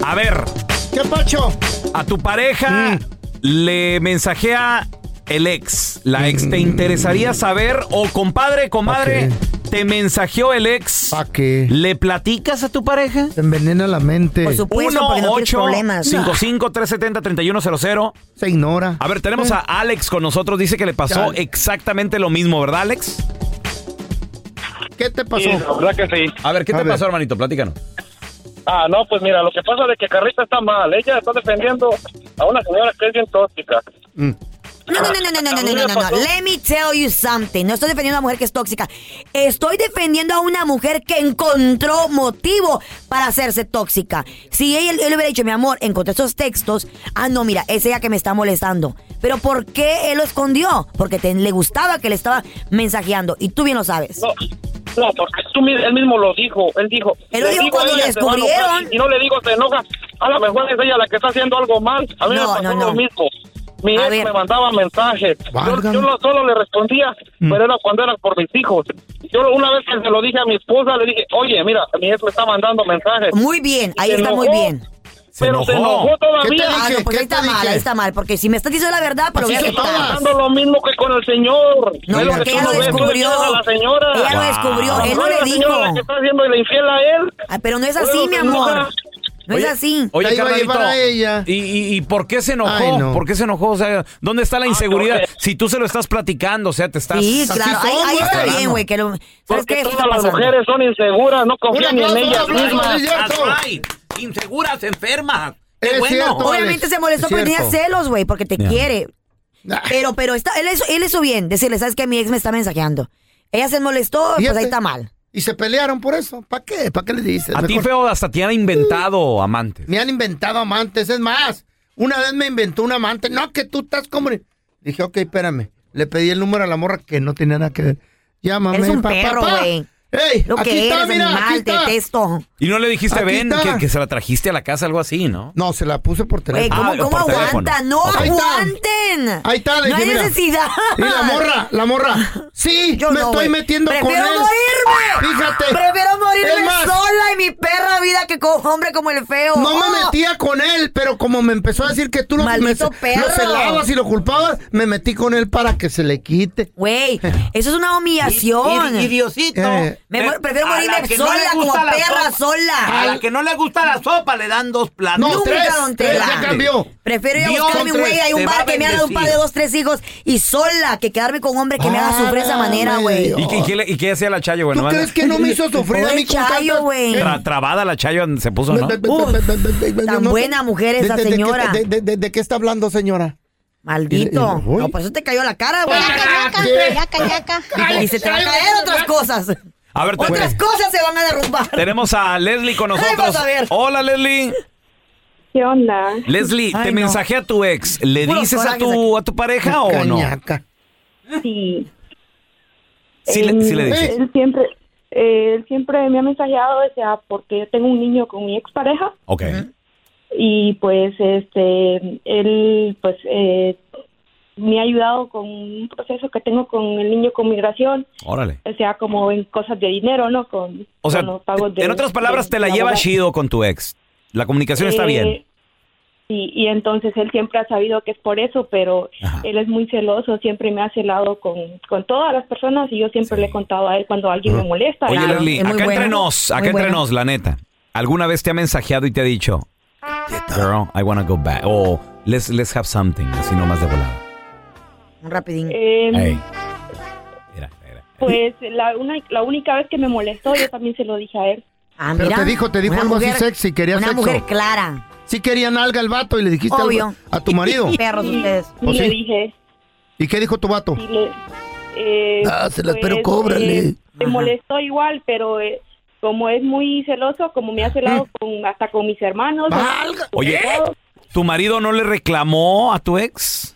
Speaker 5: A ver.
Speaker 3: ¿Qué pacho? Mm.
Speaker 5: A tu pareja le mensajea el ex. La ex,
Speaker 3: Mm.
Speaker 5: ¿te interesaría saber? O compadre, comadre, te mensajeó el ex. ¿A
Speaker 3: qué?
Speaker 5: ¿Le platicas a tu pareja?
Speaker 3: Te envenena la mente.
Speaker 5: Por
Speaker 6: supuesto, porque no quieres problemas.
Speaker 5: 370-3100.
Speaker 3: Se ignora. Eh.
Speaker 5: A ver, tenemos a Alex con nosotros. Dice que le pasó exactamente lo mismo, ¿verdad, Alex?
Speaker 3: ¿Qué te pasó?
Speaker 17: Sí, la verdad que sí.
Speaker 5: A ver, ¿qué
Speaker 17: A
Speaker 5: te
Speaker 17: ver.
Speaker 5: pasó, hermanito? Platícanos.
Speaker 17: Ah, no, pues mira, lo que pasa es que Carlita está mal. Ella está defendiendo a una señora que es bien tóxica.
Speaker 6: No, no, no, no, no, no, no, no, no, no. Let me tell you something. No estoy defendiendo a una mujer que es tóxica. Estoy defendiendo a una mujer que encontró motivo para hacerse tóxica. Si ella él hubiera dicho, mi amor, encontré esos textos. Ah, no, mira, es ella que me está molestando. Pero ¿por qué él lo escondió? Porque te- le gustaba que le estaba mensajeando. Y tú bien lo sabes.
Speaker 17: No, porque tú, mi- él mismo lo dijo. Él dijo.
Speaker 6: Él lo
Speaker 17: le
Speaker 6: dijo
Speaker 17: digo a
Speaker 6: cuando
Speaker 17: ella,
Speaker 6: lo
Speaker 17: se va a enojar,
Speaker 6: descubrieron.
Speaker 17: Y no le digo, se enoja. A lo mejor es ella la que está haciendo algo mal. A mí me
Speaker 6: No,
Speaker 17: pasó
Speaker 6: no, no.
Speaker 17: lo mismo. Mi ex me mandaba mensajes. Yo, yo no solo le respondía, pero era cuando era por mis hijos. Yo una vez que se lo dije a mi esposa, le dije, oye, mira, mi ex me está mandando mensajes.
Speaker 6: Muy bien, ahí
Speaker 17: Se
Speaker 6: está muy
Speaker 17: enojó,
Speaker 6: bien.
Speaker 17: pero se enojó todavía.
Speaker 6: Ah, no, pues ahí está mal, ahí está mal. Porque si me estás diciendo la verdad, pero voy a
Speaker 17: Así está
Speaker 6: aceptar.
Speaker 17: pasando lo mismo que con el señor.
Speaker 6: No,
Speaker 17: Es lo
Speaker 6: porque
Speaker 17: que tú
Speaker 6: ella
Speaker 17: no
Speaker 6: lo
Speaker 17: ves, tú le
Speaker 6: descubrió.
Speaker 17: quieres a la señora.
Speaker 6: Ella lo descubrió, él no
Speaker 17: es
Speaker 6: le
Speaker 17: la señora
Speaker 6: dijo.
Speaker 17: la que está haciendo el infiel a él.
Speaker 6: Ah, pero no es así,
Speaker 17: Luego
Speaker 6: mi
Speaker 17: se enoja.
Speaker 6: amor. No es así.
Speaker 5: Oye,
Speaker 6: La iba a
Speaker 5: carnalito,
Speaker 6: llevar a
Speaker 5: ¿y, y, y por qué se enojó?
Speaker 6: Ay, no.
Speaker 5: ¿Por qué se enojó? O sea, ¿dónde está la inseguridad? Si tú se lo estás platicando, o sea, te estás...
Speaker 6: Sí, claro. Ahí, ahí está
Speaker 5: Hablando.
Speaker 6: bien, güey. Que lo... ¿Sabes qué?
Speaker 17: Porque
Speaker 6: Eso
Speaker 17: todas
Speaker 6: está
Speaker 17: las
Speaker 6: pasando.
Speaker 17: mujeres son inseguras, no
Speaker 6: Un
Speaker 17: confían ni en
Speaker 6: aplauso,
Speaker 17: ellas
Speaker 6: un aplauso,
Speaker 17: mismas.
Speaker 6: sí, es cierto.
Speaker 5: That's right. Inseguras, enfermas.
Speaker 6: Qué bueno. Obviamente se molestó porque tenía celos, güey, porque te
Speaker 5: Ya.
Speaker 6: quiere. Pero, pero está, él, hizo, él hizo bien decirle, ¿sabes qué? Mi ex me está mensajeando. Ella se molestó, pues
Speaker 3: Fíjate.
Speaker 6: ahí está mal.
Speaker 3: Y se pelearon por eso. ¿Para qué? ¿Para qué le dices?
Speaker 5: A ti,
Speaker 3: Mejor-
Speaker 5: feo, hasta te han inventado amante.
Speaker 3: Me han inventado amantes, es más. Una vez me inventó un amante. No, que tú estás como... Dije, ok, espérame. Le pedí el número a la morra que no tenía nada que ver. Llámame,
Speaker 6: Eres un
Speaker 3: papá,
Speaker 6: perro,
Speaker 3: papá.
Speaker 6: güey.
Speaker 3: ¡Ey!
Speaker 6: Lo
Speaker 3: aquí
Speaker 6: que
Speaker 3: está,
Speaker 6: eres,
Speaker 3: mira, aquí
Speaker 6: animal, te
Speaker 3: está.
Speaker 6: detesto.
Speaker 5: Y no le dijiste,
Speaker 3: Aquí
Speaker 5: ven,
Speaker 3: está.
Speaker 5: que, que se la trajiste a la casa, algo así, ¿no?
Speaker 3: No, se la puse por
Speaker 6: Güey, ¿cómo,
Speaker 5: Ah,
Speaker 6: cómo
Speaker 5: por teléfono.
Speaker 6: aguanta? ¡No
Speaker 5: Ok.
Speaker 6: aguanten!
Speaker 3: Ahí está, le
Speaker 6: No
Speaker 3: dije,
Speaker 6: hay
Speaker 3: mira.
Speaker 6: necesidad.
Speaker 3: Y la morra, la morra. Sí,
Speaker 6: Yo
Speaker 3: me
Speaker 6: no,
Speaker 3: estoy
Speaker 6: güey.
Speaker 3: metiendo con él.
Speaker 6: Prefiero morirme.
Speaker 3: Fíjate.
Speaker 6: Prefiero
Speaker 3: Es
Speaker 6: morirme
Speaker 3: más,
Speaker 6: sola en mi perra vida que con un hombre como el feo.
Speaker 3: No me
Speaker 6: Oh.
Speaker 3: metía con él, pero como me empezó a decir que tú lo, me,
Speaker 6: Maldito perro.
Speaker 3: lo celabas y lo culpabas, me metí con él para que se le quite.
Speaker 6: Güey, eso es una humillación.
Speaker 3: Idi- idiocito. Eh,
Speaker 6: Me muero- prefiero
Speaker 9: a la
Speaker 6: morirme
Speaker 9: que no
Speaker 6: sola,
Speaker 9: le
Speaker 6: como
Speaker 9: gusta la
Speaker 6: perra
Speaker 9: sopa.
Speaker 6: sola.
Speaker 9: A la que no le gusta la sopa le dan dos platos.
Speaker 6: Nunca, don Tela. Prefiero ir a
Speaker 9: Dios
Speaker 6: buscarme un
Speaker 9: te-
Speaker 6: güey, hay un
Speaker 9: te va
Speaker 6: bar
Speaker 9: a
Speaker 6: que me haga un par de
Speaker 9: bendecir.
Speaker 6: dos, tres hijos y sola que quedarme con un hombre que me haga sufrir de
Speaker 3: Ah,
Speaker 6: esa manera, güey.
Speaker 5: ¿Y, qué- y qué le- y qué hacía la Chayo, güey?
Speaker 6: ¿Tú
Speaker 5: Nomás-
Speaker 6: crees que no me hizo sufrir a mí con Pobre Chayo, tantas- güey.
Speaker 5: Tra- trabada la Chayo se puso, ¿no?
Speaker 6: uh, tan buena mujer esa
Speaker 3: ¿De- de- de-
Speaker 6: señora.
Speaker 3: de- de- de- ¿De qué está hablando, señora?
Speaker 6: Maldito. No, por eso te cayó la cara, güey. Y se te va a caer otras cosas.
Speaker 5: A ver, te-
Speaker 6: Otras cosas se van a derrumbar.
Speaker 5: tenemos a Leslie con
Speaker 6: Ay,
Speaker 5: nosotros.
Speaker 6: vas a ver.
Speaker 5: Hola, Leslie.
Speaker 15: ¿Qué onda?
Speaker 5: Leslie, te mensajé a tu ex. ¿Le
Speaker 15: Puros
Speaker 5: dices a
Speaker 15: corajes
Speaker 5: tu, a tu pareja o no?
Speaker 15: Sí.
Speaker 5: Sí le-
Speaker 15: Él-
Speaker 5: sí le dices.
Speaker 15: Él siempre, él siempre me ha mensajeado, o sea, porque yo tengo un niño con mi expareja
Speaker 5: Ok.
Speaker 15: y pues, este, él, pues, eh, me ha ayudado con un proceso que tengo con el niño con migración,
Speaker 5: Órale.
Speaker 15: o sea, como en cosas de dinero, ¿no? Con,
Speaker 5: O sea,
Speaker 15: con los pagos de-
Speaker 5: en otras palabras,
Speaker 15: de-
Speaker 5: te la lleva
Speaker 15: laboral.
Speaker 5: chido con tu ex. La comunicación está
Speaker 15: Eh,
Speaker 5: bien.
Speaker 15: Sí, y entonces él siempre ha sabido que es por eso, pero él es muy celoso, siempre me ha celado con, con todas las personas y yo siempre le he contado a él cuando alguien me molesta.
Speaker 5: Oye,
Speaker 15: Claro,
Speaker 5: Leslie,
Speaker 15: es muy
Speaker 5: acá
Speaker 15: bueno,
Speaker 5: entre nos,
Speaker 15: muy
Speaker 5: acá entre
Speaker 15: bueno.
Speaker 5: nos, la neta. ¿Alguna vez te ha mensajeado y te ha dicho, girl, I wanna go back? O let's, let's have something, así nomás de volada.
Speaker 6: Un rapidín.
Speaker 5: Ey.
Speaker 15: Em, Pues la, una, la única vez que me molestó, yo también se lo dije a él.
Speaker 3: Pero te dijo, te dijo
Speaker 6: ah, una
Speaker 3: algo
Speaker 6: mujer-
Speaker 3: así sexy, quería
Speaker 6: una
Speaker 3: sexo.
Speaker 6: mujer clara.
Speaker 3: Sí quería nalga el vato y le dijiste
Speaker 6: Obvio.
Speaker 3: algo a tu marido.
Speaker 6: Perros ustedes.
Speaker 3: Pues
Speaker 15: le
Speaker 3: sí.
Speaker 15: dije,
Speaker 3: ¿Y qué dijo tu vato?
Speaker 15: y le- eh,
Speaker 3: Dáselas, pero
Speaker 15: eh,
Speaker 3: cóbrale.
Speaker 15: me molestó igual, pero eh, como es muy celoso, como me ha celado con, hasta con mis hermanos. con
Speaker 5: Oye,
Speaker 15: todos,
Speaker 5: ¿tu marido no le reclamó a tu ex?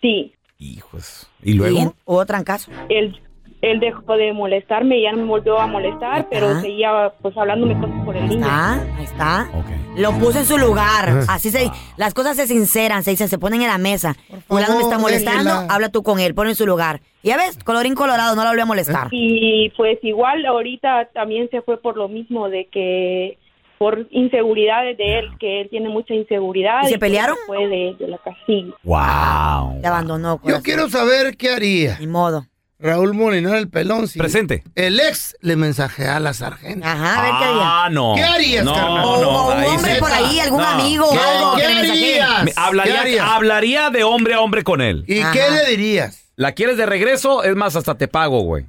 Speaker 15: Sí.
Speaker 5: Hijos. ¿Y luego?
Speaker 6: ¿Hubo trancazo?
Speaker 15: Él, él dejó de molestarme y ya no me volvió a molestar, pero seguía pues hablándome cosas por el niño.
Speaker 6: Ah, Ahí está. Lo puse en su lugar. Así se. Las cosas se sinceran, se dicen, se ponen en la mesa. Fulano me está molestando,
Speaker 15: déjela.
Speaker 6: habla tú con él, ponlo en su lugar. Y ya ves, colorín colorado, no la volvió a molestar.
Speaker 15: Y pues igual ahorita también se fue por lo mismo de que por inseguridades de él, que él tiene mucha inseguridad.
Speaker 6: ¿Y se
Speaker 15: que
Speaker 6: pelearon?
Speaker 15: no Fue de, de la casa. Sí.
Speaker 5: Wow.
Speaker 6: Te abandonó.
Speaker 3: Yo quiero saber qué haría.
Speaker 6: Ni modo.
Speaker 3: Raúl Molinar el pelón. si
Speaker 5: Presente.
Speaker 3: El ex le mensajea a la sargenta.
Speaker 6: Ajá,
Speaker 5: a ver qué haría. Ah, no.
Speaker 3: ¿Qué harías,
Speaker 5: No,
Speaker 3: carnal?
Speaker 5: no, O- o un ahí hombre sí. por ahí, algún No. amigo o
Speaker 3: ¿Qué,
Speaker 5: algo
Speaker 3: ¿qué
Speaker 5: que le mensajee.
Speaker 3: harías?
Speaker 5: Me- hablaría, hablaría de hombre a hombre con él.
Speaker 3: ¿Y qué le dirías?
Speaker 5: ¿La quieres de regreso? Es más, hasta te pago, güey.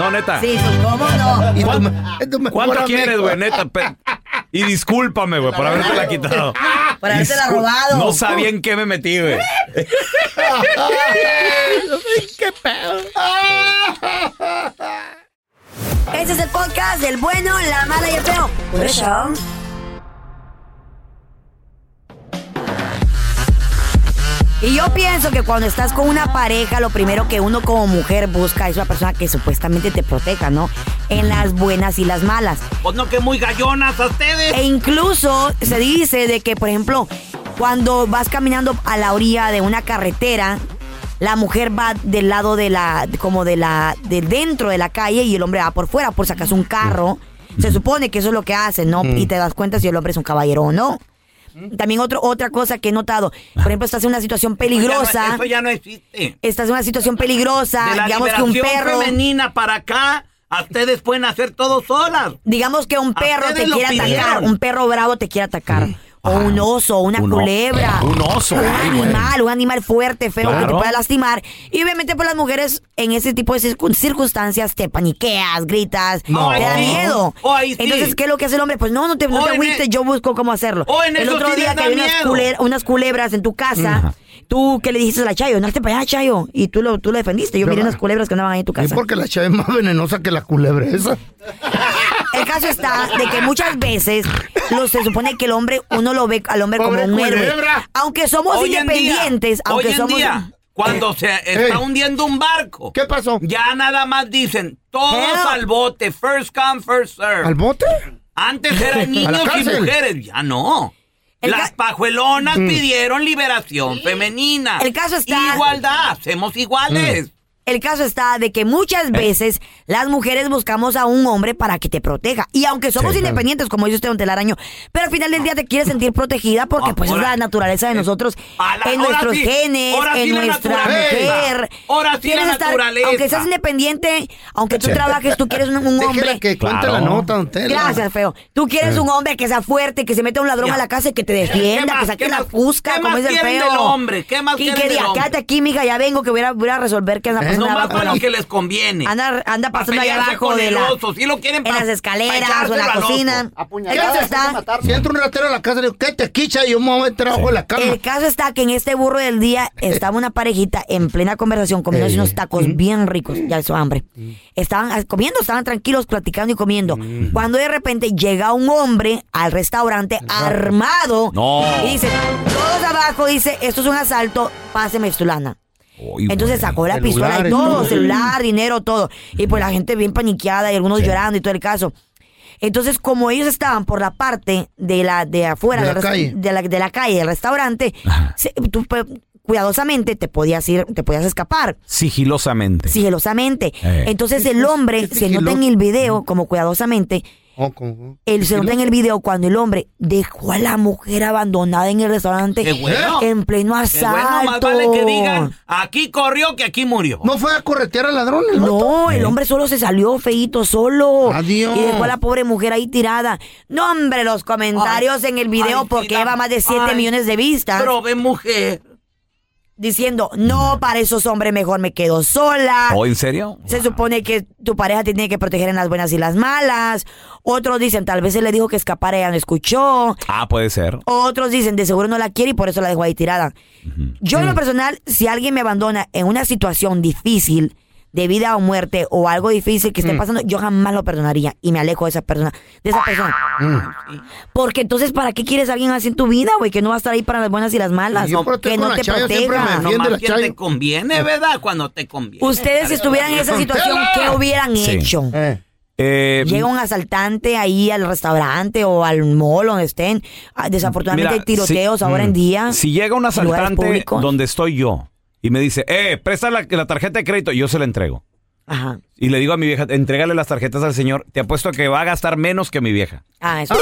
Speaker 5: No, neta.
Speaker 6: Sí, ¿cómo no?
Speaker 3: eh,
Speaker 5: ¿Cuánto quieres, güey? Neta. pe- Y discúlpame, güey, por haberte la quitado.
Speaker 6: Por habérsela
Speaker 5: Discul-
Speaker 6: robado.
Speaker 5: No sabía en qué me metí, güey.
Speaker 6: ¡Qué pedo! Este es el podcast del bueno, la mala y el feo. Por eso. Y yo pienso que cuando estás con una pareja, lo primero que uno como mujer busca es una persona que supuestamente te proteja, ¿no? En las buenas y las malas.
Speaker 9: Pues no que muy gallonas a ustedes.
Speaker 6: E incluso se dice de que, por ejemplo, cuando vas caminando a la orilla de una carretera, la mujer va del lado de la, como de la, de dentro de la calle y el hombre va por fuera, por si
Speaker 9: Mm.
Speaker 6: acaso un carro. Se supone que eso es lo que hacen, ¿no?
Speaker 4: Mm.
Speaker 6: Y te das cuenta si el hombre es un caballero o no. También otro, otra cosa que he notado, por ejemplo, estás en una situación peligrosa,
Speaker 9: Mm. Eso ya no existe.
Speaker 6: estás en una situación peligrosa,
Speaker 9: de la
Speaker 6: digamos que un
Speaker 9: liberación
Speaker 6: perro...
Speaker 9: femenina para acá, a ustedes pueden hacer todo solas.
Speaker 6: Digamos que un perro te
Speaker 9: ustedes lo
Speaker 6: quiere atacar,
Speaker 9: pidieron.
Speaker 6: un perro bravo te quiere atacar. O un oso, una
Speaker 9: Un o-
Speaker 6: culebra.
Speaker 9: un oso,
Speaker 6: Un
Speaker 9: ay, güey.
Speaker 6: animal, un animal fuerte, feo, que te
Speaker 9: Claro.
Speaker 6: pueda lastimar. Y obviamente, pues las mujeres en ese tipo de circun- circunstancias te paniqueas, gritas,
Speaker 9: No.
Speaker 6: te da
Speaker 9: Ahí sí.
Speaker 6: miedo.
Speaker 9: Oh, ahí sí.
Speaker 6: Entonces, ¿qué es lo que hace el hombre? Pues no, no te, no
Speaker 9: Oh,
Speaker 6: te
Speaker 9: en
Speaker 6: agüites,
Speaker 9: e-
Speaker 6: yo busco cómo hacerlo.
Speaker 9: Oh, en
Speaker 6: el
Speaker 9: eso
Speaker 6: otro
Speaker 9: sí les
Speaker 6: día que
Speaker 9: da
Speaker 6: había unas,
Speaker 9: miedo.
Speaker 6: culebra- unas culebras en tu casa. Tú que le dijiste a la Chayo, no te para allá, Chayo. Y tú lo, tú lo defendiste. Yo miré unas culebras que andaban ahí en tu
Speaker 3: Es
Speaker 6: casa.
Speaker 3: porque la chava es más venenosa que la culebra esa.
Speaker 6: El caso está de que muchas veces lo- se supone que el hombre, uno lo ve al hombre como un héroe.
Speaker 9: culebra.
Speaker 6: Aunque somos
Speaker 9: Hoy en día,
Speaker 6: independientes, aunque
Speaker 9: hoy en
Speaker 6: somos.
Speaker 9: día, cuando se está
Speaker 6: Ey.
Speaker 9: hundiendo un barco.
Speaker 3: Eh, ¿Qué pasó?
Speaker 9: Ya nada más dicen, todos
Speaker 3: Help.
Speaker 9: al bote, first come, first serve.
Speaker 3: ¿Al bote?
Speaker 9: Antes
Speaker 3: A la
Speaker 9: eran niños y
Speaker 3: cárcel.
Speaker 9: mujeres, ya no. Las pajuelonas
Speaker 6: Mm.
Speaker 9: pidieron liberación femenina.
Speaker 6: El caso está-
Speaker 9: Igualdad, somos iguales.
Speaker 6: El caso está de que
Speaker 9: Eh.
Speaker 6: muchas veces las mujeres buscamos a un hombre para que te proteja. Y aunque somos
Speaker 9: Sí, claro.
Speaker 6: independientes, como dice usted, don Telaraño, pero al final del día te quieres sentir protegida porque pues es la naturaleza de nosotros,
Speaker 9: la-
Speaker 6: en
Speaker 9: ahora
Speaker 6: nuestros
Speaker 9: sí,
Speaker 6: genes,
Speaker 9: ahora sí
Speaker 6: en
Speaker 9: la
Speaker 6: nuestra
Speaker 9: naturaleza.
Speaker 6: mujer.
Speaker 9: Ahora sí la
Speaker 6: Quieres estar-
Speaker 9: naturaleza.
Speaker 6: Aunque seas independiente, aunque tú
Speaker 3: Sí.
Speaker 6: trabajes, tú quieres un, un
Speaker 3: Déjela
Speaker 6: hombre.
Speaker 3: que cuente Claro. la nota, don Tela.
Speaker 6: Gracias, feo. Tú quieres
Speaker 3: Eh.
Speaker 6: un hombre que sea fuerte, que se meta un ladrón a la casa y que te defienda, que saque la fusca,
Speaker 9: qué
Speaker 6: como
Speaker 9: más
Speaker 6: dice el
Speaker 9: quieren
Speaker 6: feo.
Speaker 9: del hombre? ¿Qué más
Speaker 6: Y
Speaker 9: quieren
Speaker 6: que
Speaker 9: del
Speaker 6: diga,
Speaker 9: hombre? Eh.
Speaker 6: quédate aquí, mija, ya vengo que voy a, voy a resolver que anda
Speaker 9: No
Speaker 6: pasando
Speaker 9: más
Speaker 6: abajo.
Speaker 9: para lo que les conviene.
Speaker 6: Anda, anda
Speaker 9: Pa'
Speaker 6: pasando allá
Speaker 9: pelearse
Speaker 6: abajo
Speaker 9: con
Speaker 6: de
Speaker 9: el
Speaker 6: la-
Speaker 9: oso, sí lo quieren
Speaker 6: en
Speaker 9: pa-
Speaker 6: las escaleras
Speaker 9: pa'
Speaker 6: o en la
Speaker 9: echárselo al
Speaker 6: cocina.
Speaker 9: oso.
Speaker 6: El caso está.
Speaker 3: Si entra un ratero a la casa, le digo, ¿qué te quicha? Y yo me voy a meter abajo de la cama. Eh,
Speaker 6: El caso está que en este burro del día estaba una parejita en plena conversación comiendo unos tacos
Speaker 3: Mm.
Speaker 6: bien ricos, ya su hambre. Estaban ah, comiendo, estaban tranquilos, platicando y comiendo.
Speaker 3: Mm.
Speaker 6: Cuando de repente llega un hombre al restaurante
Speaker 3: Ah.
Speaker 6: armado
Speaker 4: No.
Speaker 6: y dice, todos abajo, dice, esto es un asalto, páseme fulana. Entonces sacó la pistola y
Speaker 4: Celulares,
Speaker 6: todo,
Speaker 4: ¿no?
Speaker 6: celular, dinero, todo. Y pues la gente bien paniqueada y algunos llorando y todo el caso. Entonces, como ellos estaban por la parte de la de afuera
Speaker 4: De la
Speaker 6: del res-
Speaker 4: calle.
Speaker 6: de la, de la calle del restaurante, se- tú, pe- cuidadosamente te podías ir, te podías escapar
Speaker 5: Sigilosamente.
Speaker 6: sigilosamente.
Speaker 5: Eh.
Speaker 6: Entonces
Speaker 9: pues,
Speaker 6: el hombre se nota en el video como cuidadosamente. Él se nota en el video cuando el hombre dejó a la mujer abandonada en el restaurante
Speaker 9: ¡Qué bueno!
Speaker 6: en pleno
Speaker 9: Qué
Speaker 6: asalto.
Speaker 9: bueno, más vale que digan, aquí corrió que aquí murió.
Speaker 3: No fue a corretear al ladrón.
Speaker 6: No, el hombre solo se salió feíto, solo.
Speaker 3: Adiós.
Speaker 6: Y dejó a la pobre mujer ahí tirada. No, hombre, los comentarios en el video, porque lleva más de 7
Speaker 9: ay,
Speaker 6: millones de vistas.
Speaker 9: Probé mujer.
Speaker 6: Diciendo, no, para esos hombres mejor me quedo sola.
Speaker 5: ¿O en serio?
Speaker 6: Se supone que tu pareja te tiene que proteger en las buenas y las malas. Otros dicen, tal vez él le dijo que escapara, ella no escuchó.
Speaker 5: Ah, puede ser.
Speaker 6: Otros dicen, de seguro no la quiere y por eso la dejó ahí tirada. Yo
Speaker 5: Mm.
Speaker 6: en lo personal, si alguien me abandona en una situación difícil de vida o muerte o algo difícil que esté
Speaker 3: Mm.
Speaker 6: pasando, yo jamás lo perdonaría y me alejo de esa persona, de esa persona.
Speaker 3: Mm.
Speaker 6: Porque entonces, ¿para qué quieres a alguien así en tu vida, güey? Que no va a estar ahí para las buenas y las malas,
Speaker 9: Yo protejo
Speaker 6: que
Speaker 9: a
Speaker 6: no
Speaker 9: la
Speaker 6: te
Speaker 9: Chayo, siempre me
Speaker 6: proteja.
Speaker 9: defiende Nomás la quien te Chayo. conviene, ¿verdad? Cuando te conviene.
Speaker 6: Ustedes si estuvieran en esa situación, ¿qué hubieran
Speaker 5: Sí.
Speaker 6: hecho?
Speaker 5: Eh,
Speaker 6: Llega un asaltante ahí al restaurante o al mall donde estén. Ah, Desafortunadamente
Speaker 5: Mira,
Speaker 6: hay tiroteos
Speaker 5: si-
Speaker 6: ahora
Speaker 5: mm,
Speaker 6: en día.
Speaker 5: Si llega un
Speaker 6: en lugares
Speaker 5: asaltante
Speaker 6: públicos.
Speaker 5: donde estoy yo y me dice, eh, presta la, la tarjeta de crédito, yo se la entrego.
Speaker 6: Ajá.
Speaker 5: Y le digo a mi vieja, entrégale las tarjetas al señor, te apuesto que va a gastar menos que mi vieja.
Speaker 6: Ah, eso.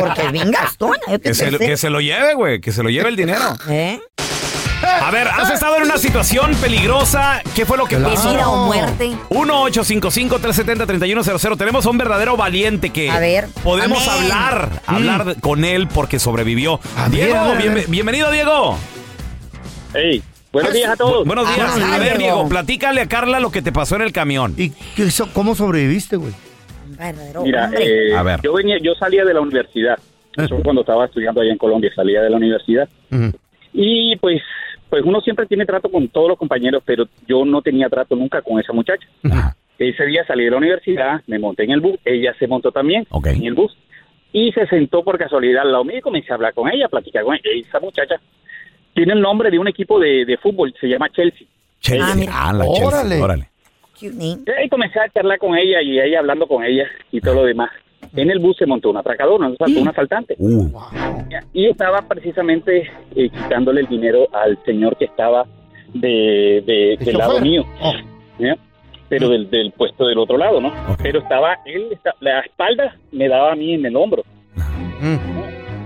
Speaker 6: Porque es bien gastona. yo te
Speaker 5: Que se, lo-
Speaker 6: pensé.
Speaker 5: que se lo lleve, güey, que se lo lleve el dinero.
Speaker 6: ¿Eh?
Speaker 5: A ver, ¿has estado en una situación peligrosa? ¿Qué fue lo que
Speaker 6: De
Speaker 5: pasó?
Speaker 6: vida o muerte.
Speaker 5: 1-855-370-3100. Tenemos a un verdadero valiente que
Speaker 6: A ver.
Speaker 5: podemos
Speaker 6: Amén.
Speaker 5: hablar, hablar de- con él porque sobrevivió. Diego,
Speaker 4: ver, a ver.
Speaker 5: bienve- bienvenido, Diego.
Speaker 4: Hey, buenos días a todos.
Speaker 5: Buenos días.
Speaker 4: Buenos
Speaker 5: a
Speaker 4: días,
Speaker 5: ver,
Speaker 4: Diego.
Speaker 5: Diego, platícale a Carla lo que te pasó en el camión.
Speaker 3: ¿Y qué hizo- cómo sobreviviste, güey?
Speaker 4: Mira,
Speaker 3: hombre.
Speaker 4: eh,
Speaker 3: A ver.
Speaker 4: yo venía, yo salía de la universidad. Eso cuando estaba estudiando allá en Colombia, salía de la universidad. Y pues, pues uno siempre tiene trato con todos los compañeros, pero yo no tenía trato nunca con esa muchacha. Ese día salí de la universidad, me monté en el bus, ella se montó también en el bus y se sentó por casualidad al lado mío y comencé a hablar con ella, a platicar con ella. Esa muchacha tiene el nombre de un equipo de, de fútbol, se llama Chelsea.
Speaker 5: Chelsea. Ah, la Chelsea,
Speaker 4: Órale.
Speaker 5: órale.
Speaker 4: Eh, Y comencé a charlar con ella y ella hablando con ella y todo lo demás. En el bus se montó un atracador, un asalt- un asaltante.
Speaker 5: Uh.
Speaker 4: Y estaba precisamente eh, quitándole el dinero al señor que estaba de, de- del lado
Speaker 17: chofer?
Speaker 4: mío. ¿ya? Pero del, del puesto del otro lado, ¿no? Pero estaba él, esta- la espalda me daba a mí en el hombro.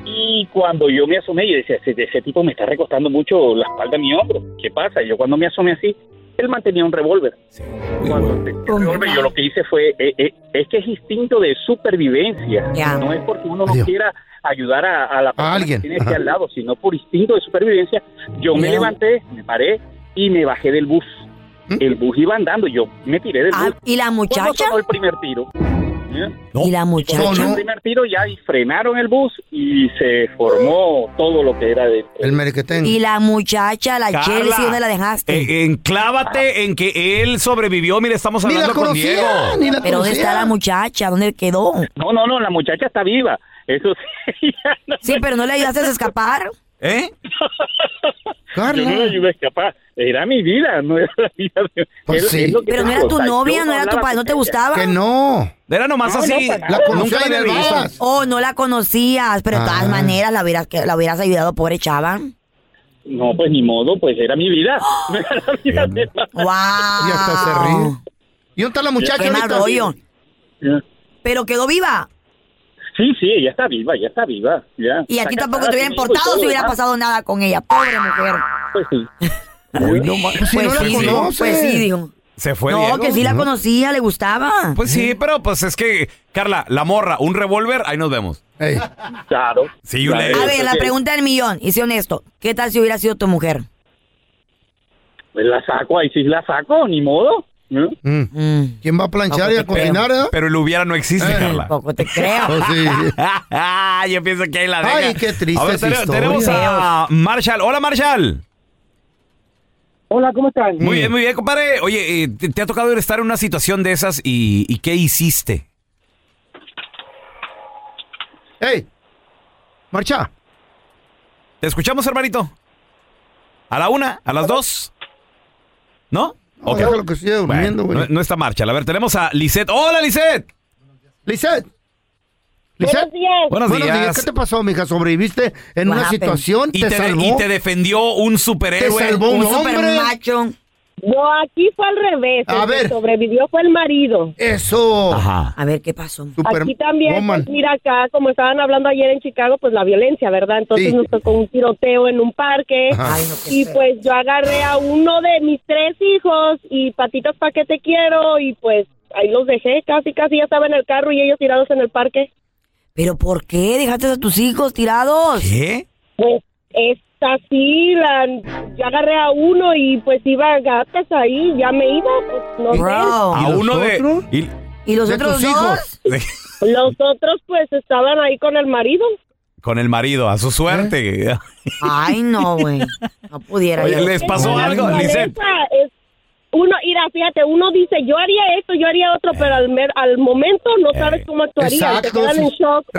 Speaker 4: Y cuando yo me asomé, yo decía, ese, ese tipo me está recostando mucho la espalda a mi hombro. ¿Qué pasa? Y yo cuando me asomé así, él mantenía un revólver. Cuando tenía el revólver, yo lo que hice fue, eh, eh, es que es instinto de supervivencia.
Speaker 6: Ya.
Speaker 4: No es porque uno no quiera ayudar a, a la persona
Speaker 3: alguien.
Speaker 4: que tiene aquí
Speaker 3: Ajá.
Speaker 4: al lado, sino por instinto de supervivencia. Yo me
Speaker 6: Ya.
Speaker 4: levanté, me paré y me bajé del bus. El bus iba andando, yo me tiré del
Speaker 6: ¿Mm? Ah,
Speaker 4: bus.
Speaker 6: ¿Y la
Speaker 4: Cuando
Speaker 6: muchacha?
Speaker 4: sonó el primer tiro. ¿ya?
Speaker 6: ¿Y la
Speaker 4: Con
Speaker 6: muchacha?
Speaker 4: el primer tiro ya y frenaron el bus y se formó todo lo que era de...
Speaker 3: El merequetén.
Speaker 6: ¿Y la muchacha, la
Speaker 5: Carla.
Speaker 6: Chelsea, dónde la dejaste?
Speaker 5: Eh, enclávate en que él sobrevivió. Mira, estamos
Speaker 6: Ni la
Speaker 5: hablando con
Speaker 6: conocía,
Speaker 5: Diego.
Speaker 6: ni la Pero ¿dónde conocía. está la muchacha? ¿Dónde quedó?
Speaker 4: No, no, no, la muchacha está viva. Eso sí.
Speaker 6: Sí, pero no le ayudaste a escapar.
Speaker 5: ¿Eh?
Speaker 4: Yo no la ayudé a escapar. Era mi vida, no era la vida de...
Speaker 3: Pues
Speaker 4: es-
Speaker 3: sí.
Speaker 4: es lo que
Speaker 6: Pero no
Speaker 4: te
Speaker 6: era
Speaker 4: digo,
Speaker 6: tu
Speaker 4: o sea,
Speaker 6: novia,
Speaker 4: yo
Speaker 6: no era tu
Speaker 4: hablaba
Speaker 6: padre,
Speaker 4: con
Speaker 6: no te
Speaker 4: ella.
Speaker 6: gustaba.
Speaker 3: Que no.
Speaker 5: Era nomás
Speaker 4: No,
Speaker 5: así.
Speaker 4: no, para nada.
Speaker 5: Nunca la había visto.
Speaker 6: Oh, no la conocías, pero de todas maneras la hubieras, que- la hubieras ayudado, pobre chava.
Speaker 4: No, pues ni modo, pues era mi vida. No era la vida de la-
Speaker 6: ¡Wow!
Speaker 3: Y hasta se ríe. ¿Y dónde está la muchacha?
Speaker 6: Qué mal
Speaker 3: ahorita?
Speaker 6: rollo. Pero quedó viva.
Speaker 4: Sí, sí, ella está viva, ella está viva. Ya.
Speaker 6: Y a ti
Speaker 4: Está
Speaker 6: tampoco
Speaker 4: casada
Speaker 6: te
Speaker 4: conmigo
Speaker 6: hubiera
Speaker 4: y
Speaker 6: importado
Speaker 4: todo,
Speaker 5: pues,
Speaker 6: si hubiera
Speaker 4: ¿verdad?
Speaker 6: pasado nada con ella. Pobre mujer.
Speaker 4: Pues sí.
Speaker 6: Pues, sí, dijo, pues sí, dijo.
Speaker 5: Se fue
Speaker 6: no,
Speaker 5: Diego.
Speaker 6: que sí la conocía, le gustaba.
Speaker 5: Pues
Speaker 3: ¿Eh?
Speaker 5: sí, pero pues es que, Carla, la morra, un revólver, ahí nos vemos.
Speaker 4: Claro.
Speaker 5: Sí, you later.
Speaker 6: A ver, la pregunta del millón, y sé honesto, ¿qué tal si hubiera sido tu mujer?
Speaker 4: Pues la saco, ahí sí la saco, ni modo. ¿no?
Speaker 3: Mm.
Speaker 6: Mm.
Speaker 3: ¿Quién va a
Speaker 6: pues,
Speaker 3: planchar y a cocinar, eh?
Speaker 5: pues, Pero el hubiera no existe, Carla.
Speaker 6: Tampoco te creo.
Speaker 3: Pues
Speaker 5: sí. Yo pienso que ahí la deja.
Speaker 3: Ay, qué triste
Speaker 5: A ver,
Speaker 3: esa
Speaker 5: tene-
Speaker 3: historia.
Speaker 5: tenemos a Marshall. Hola, Marshall.
Speaker 18: Hola, ¿cómo están?
Speaker 3: Mm.
Speaker 5: Muy bien, muy bien, compadre. Oye, eh, te, te ha tocado estar en una situación de esas y, y ¿qué hiciste?
Speaker 3: ¡Ey! ¡Marcha!
Speaker 5: ¿Te escuchamos, hermanito? ¿A la una? ¿A las dos? ¿No? Ok.
Speaker 3: déjalo que siga durmiendo,
Speaker 5: Bueno, no, no está Marshall. A ver, tenemos a Lisette. ¡Hola, Lisette!
Speaker 3: ¡Lisette! Buenos días.
Speaker 5: Buenos días.
Speaker 3: ¿Qué te pasó, mija? ¿Sobreviviste en
Speaker 5: What
Speaker 3: una
Speaker 5: happened?
Speaker 3: situación?
Speaker 5: Y
Speaker 3: ¿Te,
Speaker 5: te, de-
Speaker 3: salvó?
Speaker 5: y te defendió un superhéroe.
Speaker 3: Te salvó un Un hombre.
Speaker 6: supermacho.
Speaker 19: No, aquí fue al revés.
Speaker 6: A
Speaker 19: el
Speaker 6: ver.
Speaker 19: que sobrevivió fue el marido.
Speaker 3: Eso.
Speaker 6: A ver qué pasó.
Speaker 19: Aquí también, pues, mira acá, como estaban hablando ayer en Chicago, pues la violencia, ¿verdad? Entonces
Speaker 6: Sí.
Speaker 19: nos tocó un tiroteo en un parque
Speaker 6: Ajá. Ay, no, qué
Speaker 19: y pues yo agarré a uno de mis tres hijos y patitas pa' que te quiero y pues ahí los dejé, casi casi ya estaba en el carro y ellos tirados en el parque.
Speaker 6: ¿Pero por qué dejaste a tus hijos tirados?
Speaker 5: ¿Qué?
Speaker 19: Pues es así, la, yo agarré a uno y pues iba gatas ahí, ya me iba, pues no sé.
Speaker 5: A uno de. y-
Speaker 6: ¿Y los otros dos?
Speaker 19: Los otros pues estaban ahí con el marido.
Speaker 5: con el marido, a su
Speaker 3: ¿Eh?
Speaker 5: suerte.
Speaker 6: Ay, no, güey. No pudiera.
Speaker 5: Oye, ¿les pasó algo, Lisette?
Speaker 19: Esa es- uno, mira, fíjate, uno dice, yo haría esto, yo haría otro, pero al, mer- al momento
Speaker 5: Eh,
Speaker 19: no sabes cómo actuaría. te
Speaker 3: exacto,
Speaker 19: quedan en
Speaker 3: sí.
Speaker 19: shock o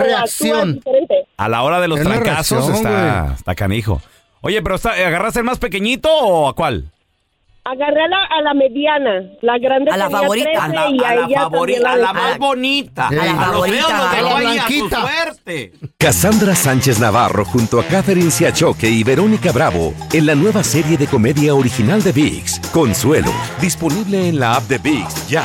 Speaker 14: Oh.
Speaker 3: Reacción.
Speaker 19: actúas diferente.
Speaker 5: A la hora de los
Speaker 3: Es la
Speaker 5: trancazos
Speaker 3: reacción,
Speaker 5: está,
Speaker 3: güey.
Speaker 5: está canijo. Oye, pero está, ¿agarraste el más pequeñito o a cuál?
Speaker 19: Agarré a la, a la mediana, la grande
Speaker 5: A la
Speaker 19: tenía
Speaker 5: favorita.
Speaker 19: 13
Speaker 5: A la-
Speaker 19: y
Speaker 5: a
Speaker 19: a
Speaker 5: la
Speaker 19: ella
Speaker 5: favorita,
Speaker 19: también
Speaker 5: a la más bonita.
Speaker 19: A la favorita, a la blanquita.
Speaker 12: Cassandra Sánchez Navarro junto a Catherine Siachoque y Verónica Bravo en la nueva serie de comedia original de VIX, Consuelo, disponible en la app de VIX ya.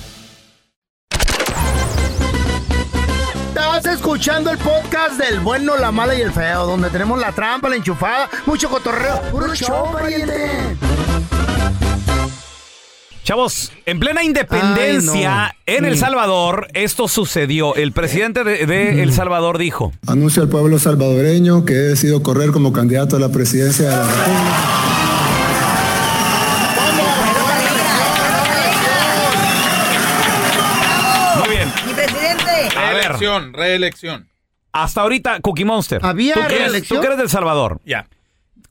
Speaker 3: Estás escuchando el podcast del bueno, la mala y el feo, donde tenemos la trampa, la enchufada, mucho cotorreo. ¡Puro show, pariente!
Speaker 5: Chavos, en plena independencia
Speaker 3: Ay,
Speaker 5: en El
Speaker 3: Mm.
Speaker 5: Salvador, esto sucedió. El presidente de, de El Salvador dijo:
Speaker 20: Anuncio al pueblo salvadoreño que he decidido correr como candidato a la presidencia de la República.
Speaker 5: Muy bien.
Speaker 6: Mi presidente.
Speaker 5: A ver.
Speaker 21: Reelección, reelección.
Speaker 5: Hasta ahorita, Cookie Monster.
Speaker 21: ¿Había
Speaker 5: ¿Tú que eres-
Speaker 21: reelección?
Speaker 5: Tú que eres del Salvador.
Speaker 21: Ya.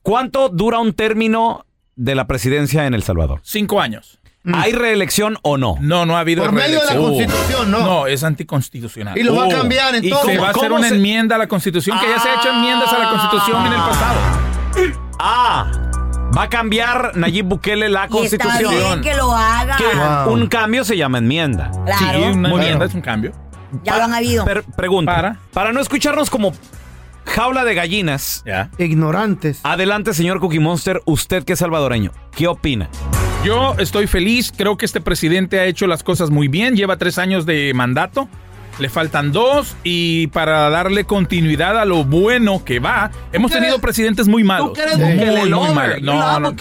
Speaker 5: ¿Cuánto dura un término de la presidencia en El Salvador?
Speaker 21: Cinco años.
Speaker 5: ¿Hay reelección o no?
Speaker 21: No, no ha habido
Speaker 5: Por medio de la Constitución,
Speaker 21: no. No, es anticonstitucional.
Speaker 5: Y lo va a cambiar,
Speaker 21: ¿Y
Speaker 5: entonces.
Speaker 21: Se va a hacer
Speaker 5: ¿Cómo
Speaker 21: una
Speaker 5: se-
Speaker 21: enmienda a la Constitución, que ya se ha hecho enmiendas a la Constitución en el pasado.
Speaker 5: Ah, va a cambiar Nayib Bukele la
Speaker 6: Y está bien
Speaker 5: constitución.
Speaker 6: que lo haga.
Speaker 5: Que
Speaker 6: Wow.
Speaker 5: Un cambio se llama enmienda.
Speaker 6: Claro. Sí, una enmienda
Speaker 21: es un cambio.
Speaker 6: Ya lo han habido.
Speaker 5: pregunta. Para. no escucharnos como jaula de gallinas.
Speaker 3: Ignorantes.
Speaker 5: Adelante, señor Cookie Monster, usted que es salvadoreño. ¿Qué opina?
Speaker 21: Yo estoy feliz, creo que este presidente ha hecho las cosas muy bien, lleva tres años de mandato, le faltan dos y para darle continuidad a lo bueno que va, hemos tenido presidentes muy malos. muy, muy malos. No, no,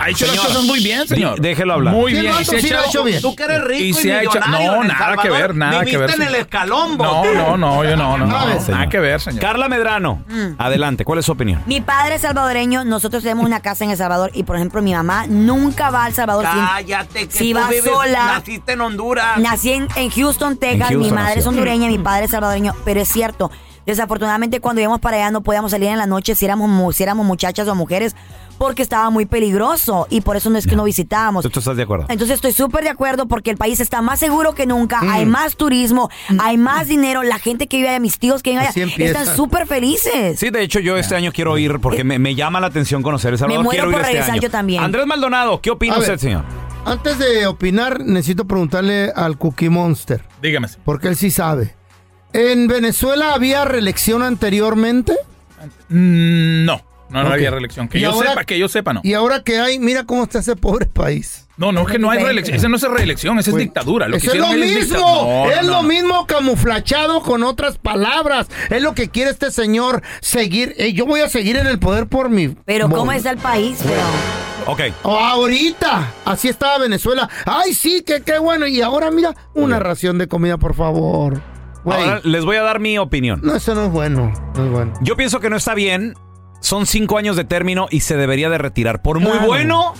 Speaker 21: Ha hecho las cosas muy bien, señor.
Speaker 5: déjelo hablar.
Speaker 21: Muy bien. y se ha echado-
Speaker 9: Tú que eres rico y,
Speaker 21: y se ha hecho-
Speaker 9: millonario
Speaker 21: No,
Speaker 9: en El
Speaker 21: nada que
Speaker 9: Salvador,
Speaker 21: ver, nada que
Speaker 9: viviste
Speaker 21: ver.
Speaker 9: en el escalombo.
Speaker 21: No, no, no, yo no, no, no. Nada que ver, señor.
Speaker 5: Carla Medrano,
Speaker 6: Mm.
Speaker 5: adelante, ¿cuál es su opinión?
Speaker 6: Mi padre es salvadoreño, nosotros tenemos una casa en El Salvador y, por ejemplo, mi mamá nunca va al Salvador sin-
Speaker 9: Cállate, que
Speaker 6: si
Speaker 9: tú
Speaker 6: va
Speaker 9: vives-
Speaker 6: sola.
Speaker 9: naciste en Honduras.
Speaker 6: Nací en, en Houston, Texas,
Speaker 9: En
Speaker 6: mi
Speaker 9: Houston
Speaker 6: madre es
Speaker 9: nació. Mm.
Speaker 6: hondureña, mi padre es salvadoreño, pero es cierto, desafortunadamente cuando íbamos para allá no podíamos salir en la noche si éramos, mu- si éramos muchachas o mujeres porque estaba muy peligroso y por eso no es que no visitábamos.
Speaker 5: ¿Tú, tú estás de acuerdo?
Speaker 6: Entonces estoy súper de acuerdo porque el país está más seguro que nunca, hay
Speaker 9: Mm.
Speaker 6: más turismo, hay más dinero, la gente que vive allá, mis tíos que viven allá,
Speaker 5: Así empieza.
Speaker 6: están súper felices. Eh,
Speaker 5: Sí, de hecho, yo este año quiero ir porque me, me llama la atención conocer El Salvador.
Speaker 6: muero
Speaker 5: quiero ir
Speaker 6: por
Speaker 5: este
Speaker 6: regresar
Speaker 5: año.
Speaker 6: yo también.
Speaker 5: Andrés Maldonado, ¿qué opina
Speaker 3: A
Speaker 5: usted,
Speaker 3: ver.
Speaker 5: señor?
Speaker 3: Antes de opinar, necesito preguntarle al Cookie Monster.
Speaker 21: Dígame.
Speaker 3: Porque él sí sabe.
Speaker 5: Mm.
Speaker 3: ¿En Venezuela había reelección anteriormente?
Speaker 21: No. No, no
Speaker 3: Ok.
Speaker 21: había reelección. Que
Speaker 3: Y
Speaker 21: yo
Speaker 3: ahora-
Speaker 21: sepa, que yo sepa, no.
Speaker 3: Y ahora que hay, mira cómo está ese pobre país.
Speaker 21: No, no, es que no hay reelección. Esa no es reelección, esa es dictadura. Lo que
Speaker 3: Pues, Eso es
Speaker 21: hicieron
Speaker 3: lo
Speaker 21: ellos
Speaker 3: mismo,
Speaker 21: dicta- No,
Speaker 3: es
Speaker 21: no,
Speaker 3: lo
Speaker 21: no.
Speaker 3: mismo camuflachado con otras palabras. Es lo que quiere este señor seguir. Eh, yo voy a seguir en el poder por mi.
Speaker 6: Pero ¿cómo
Speaker 3: por-
Speaker 6: está el país?
Speaker 1: Ok.
Speaker 3: Ahorita, así estaba Venezuela. Ay, sí, que qué bueno. Y ahora mira, una ración de comida, por favor. Güey,
Speaker 5: Ahora les voy a dar mi opinión.
Speaker 3: no, eso no es bueno. No es bueno.
Speaker 5: Yo pienso que no está bien. Son cinco años de término y se debería de retirar. Por muy
Speaker 3: Claro.
Speaker 5: bueno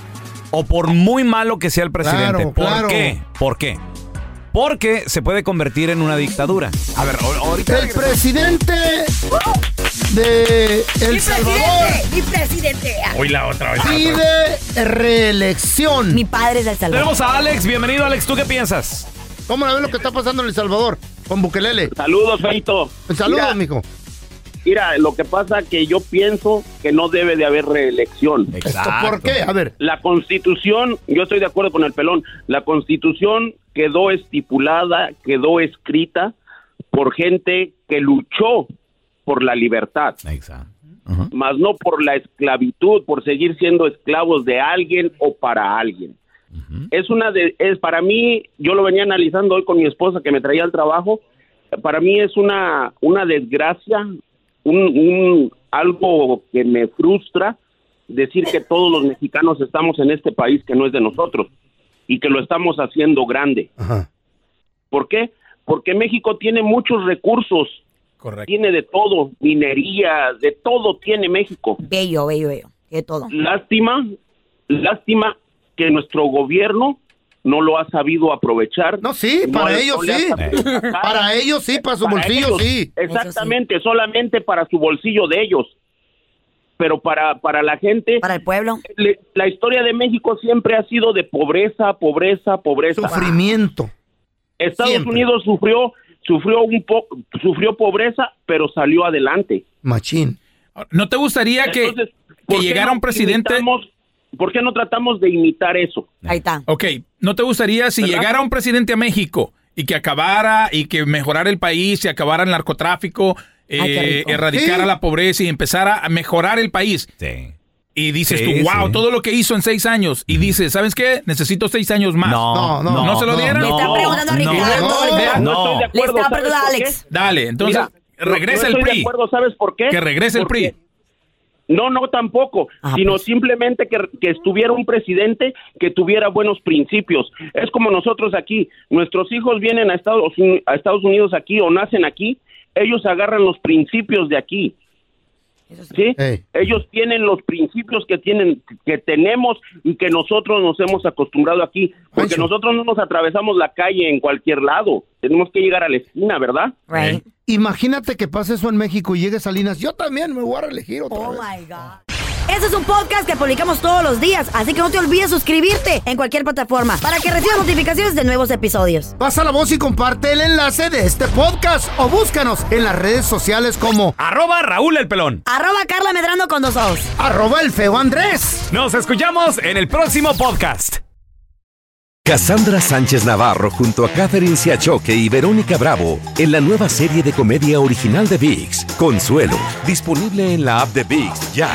Speaker 5: o por muy malo que sea el presidente.
Speaker 3: Claro,
Speaker 5: ¿Por
Speaker 3: claro.
Speaker 5: qué? ¿Por qué? Porque se puede convertir en una dictadura. A ver, ahor- ahorita.
Speaker 3: El presidente de El Salvador
Speaker 6: Mi presidente.
Speaker 5: Hoy la otra vez.
Speaker 3: pide reelección. Mi
Speaker 6: padre es El Salvador.
Speaker 5: Tenemos a Alex. Bienvenido, Alex. ¿Tú qué piensas?
Speaker 3: ¿Cómo la ves lo que está pasando en El Salvador con Bukelele?
Speaker 7: Saludos, Feito.
Speaker 3: Saludos,
Speaker 7: Mira.
Speaker 3: mijo.
Speaker 7: Mira, lo que pasa que yo pienso que no debe de haber reelección.
Speaker 3: ¿Por qué? A ver.
Speaker 7: La constitución, yo estoy de acuerdo con el pelón, la constitución quedó estipulada, quedó escrita por gente que luchó por la libertad.
Speaker 5: Exacto.
Speaker 7: Más no por la esclavitud, por seguir siendo esclavos de alguien o para alguien. Es una de, es para mí, yo lo venía analizando hoy con mi esposa que me traía al trabajo, para mí es una, una desgracia, un, un- algo que me frustra decir que todos los mexicanos estamos en este país que no es de nosotros y que lo estamos haciendo grande. ¿Por qué? Porque México tiene muchos recursos, tiene de todo, minería, de todo tiene México.
Speaker 6: Bello, bello, bello. De todo.
Speaker 7: Lástima, lástima que nuestro gobierno no lo ha sabido aprovechar. No,
Speaker 3: sí, para ellos sí. Para ellos sí, para su bolsillo sí.
Speaker 7: Exactamente, solamente para su bolsillo de ellos. Pero para, para la gente... Para
Speaker 6: el pueblo.
Speaker 7: la historia de México siempre ha sido de pobreza, pobreza, pobreza.
Speaker 3: Sufrimiento.
Speaker 7: Estados Unidos sufrió sufrió un po- sufrió pobreza, pero salió adelante.
Speaker 3: Machín.
Speaker 7: ¿No te gustaría
Speaker 21: que- que llegara un presidente-
Speaker 7: ¿Por qué no tratamos de imitar eso?
Speaker 6: Ahí está.
Speaker 21: Ok, ¿no te gustaría si llegara un presidente a México y que acabara y que mejorara el país y acabara el narcotráfico,
Speaker 5: qué
Speaker 21: eh,
Speaker 5: rico.
Speaker 21: erradicara
Speaker 5: Sí.
Speaker 21: la pobreza y empezara a mejorar el país?
Speaker 5: Sí.
Speaker 21: Y dices
Speaker 5: Sí,
Speaker 21: tú, wow,
Speaker 5: sí.
Speaker 21: todo lo que hizo en seis años. Y dices, ¿sabes qué? Necesito seis años más.
Speaker 5: No,
Speaker 21: no,
Speaker 5: no,
Speaker 21: se lo
Speaker 5: no,
Speaker 21: dieran?
Speaker 5: Le están preguntando a
Speaker 21: No,
Speaker 5: Ricardo.
Speaker 21: no,
Speaker 5: No, no estoy de
Speaker 7: acuerdo, Le está ¿sabes preguntando a por qué? Alex.
Speaker 21: Dale, entonces
Speaker 7: Mira, yo-
Speaker 21: regresa
Speaker 7: yo
Speaker 21: el
Speaker 7: estoy de
Speaker 21: PRI.
Speaker 7: acuerdo, ¿sabes por qué?
Speaker 21: Que regrese el
Speaker 7: Porque- No, no, tampoco, sino simplemente que, que estuviera un presidente que tuviera buenos principios. Es como nosotros aquí, nuestros hijos vienen a Estados, Uni- a Estados Unidos aquí o nacen aquí, ellos agarran los principios de aquí. ¿Sí? Ellos tienen los principios que tienen que tenemos y que nosotros nos hemos acostumbrado aquí, porque nosotros no nos atravesamos la calle en cualquier lado, tenemos que llegar a la esquina, ¿verdad?
Speaker 3: Imagínate que pase eso en México y llegue Salinas. Yo también me voy a reelegir otra vez.
Speaker 6: Oh Este es un podcast que publicamos todos los días, así que no te olvides suscribirte en cualquier plataforma para que recibas notificaciones de nuevos episodios.
Speaker 3: Pasa la voz y comparte el enlace de este podcast o búscanos en las redes sociales como
Speaker 5: Arroba Raúl el pelón.
Speaker 6: Arroba Carla Medrano con dos ojos.
Speaker 3: Arroba el feo Andrés.
Speaker 5: Nos escuchamos en el próximo podcast.
Speaker 12: Cassandra Sánchez Navarro junto a Catherine Siachoque y Verónica Bravo en la nueva serie de comedia original de VIX, Consuelo, disponible en la app de VIX ya.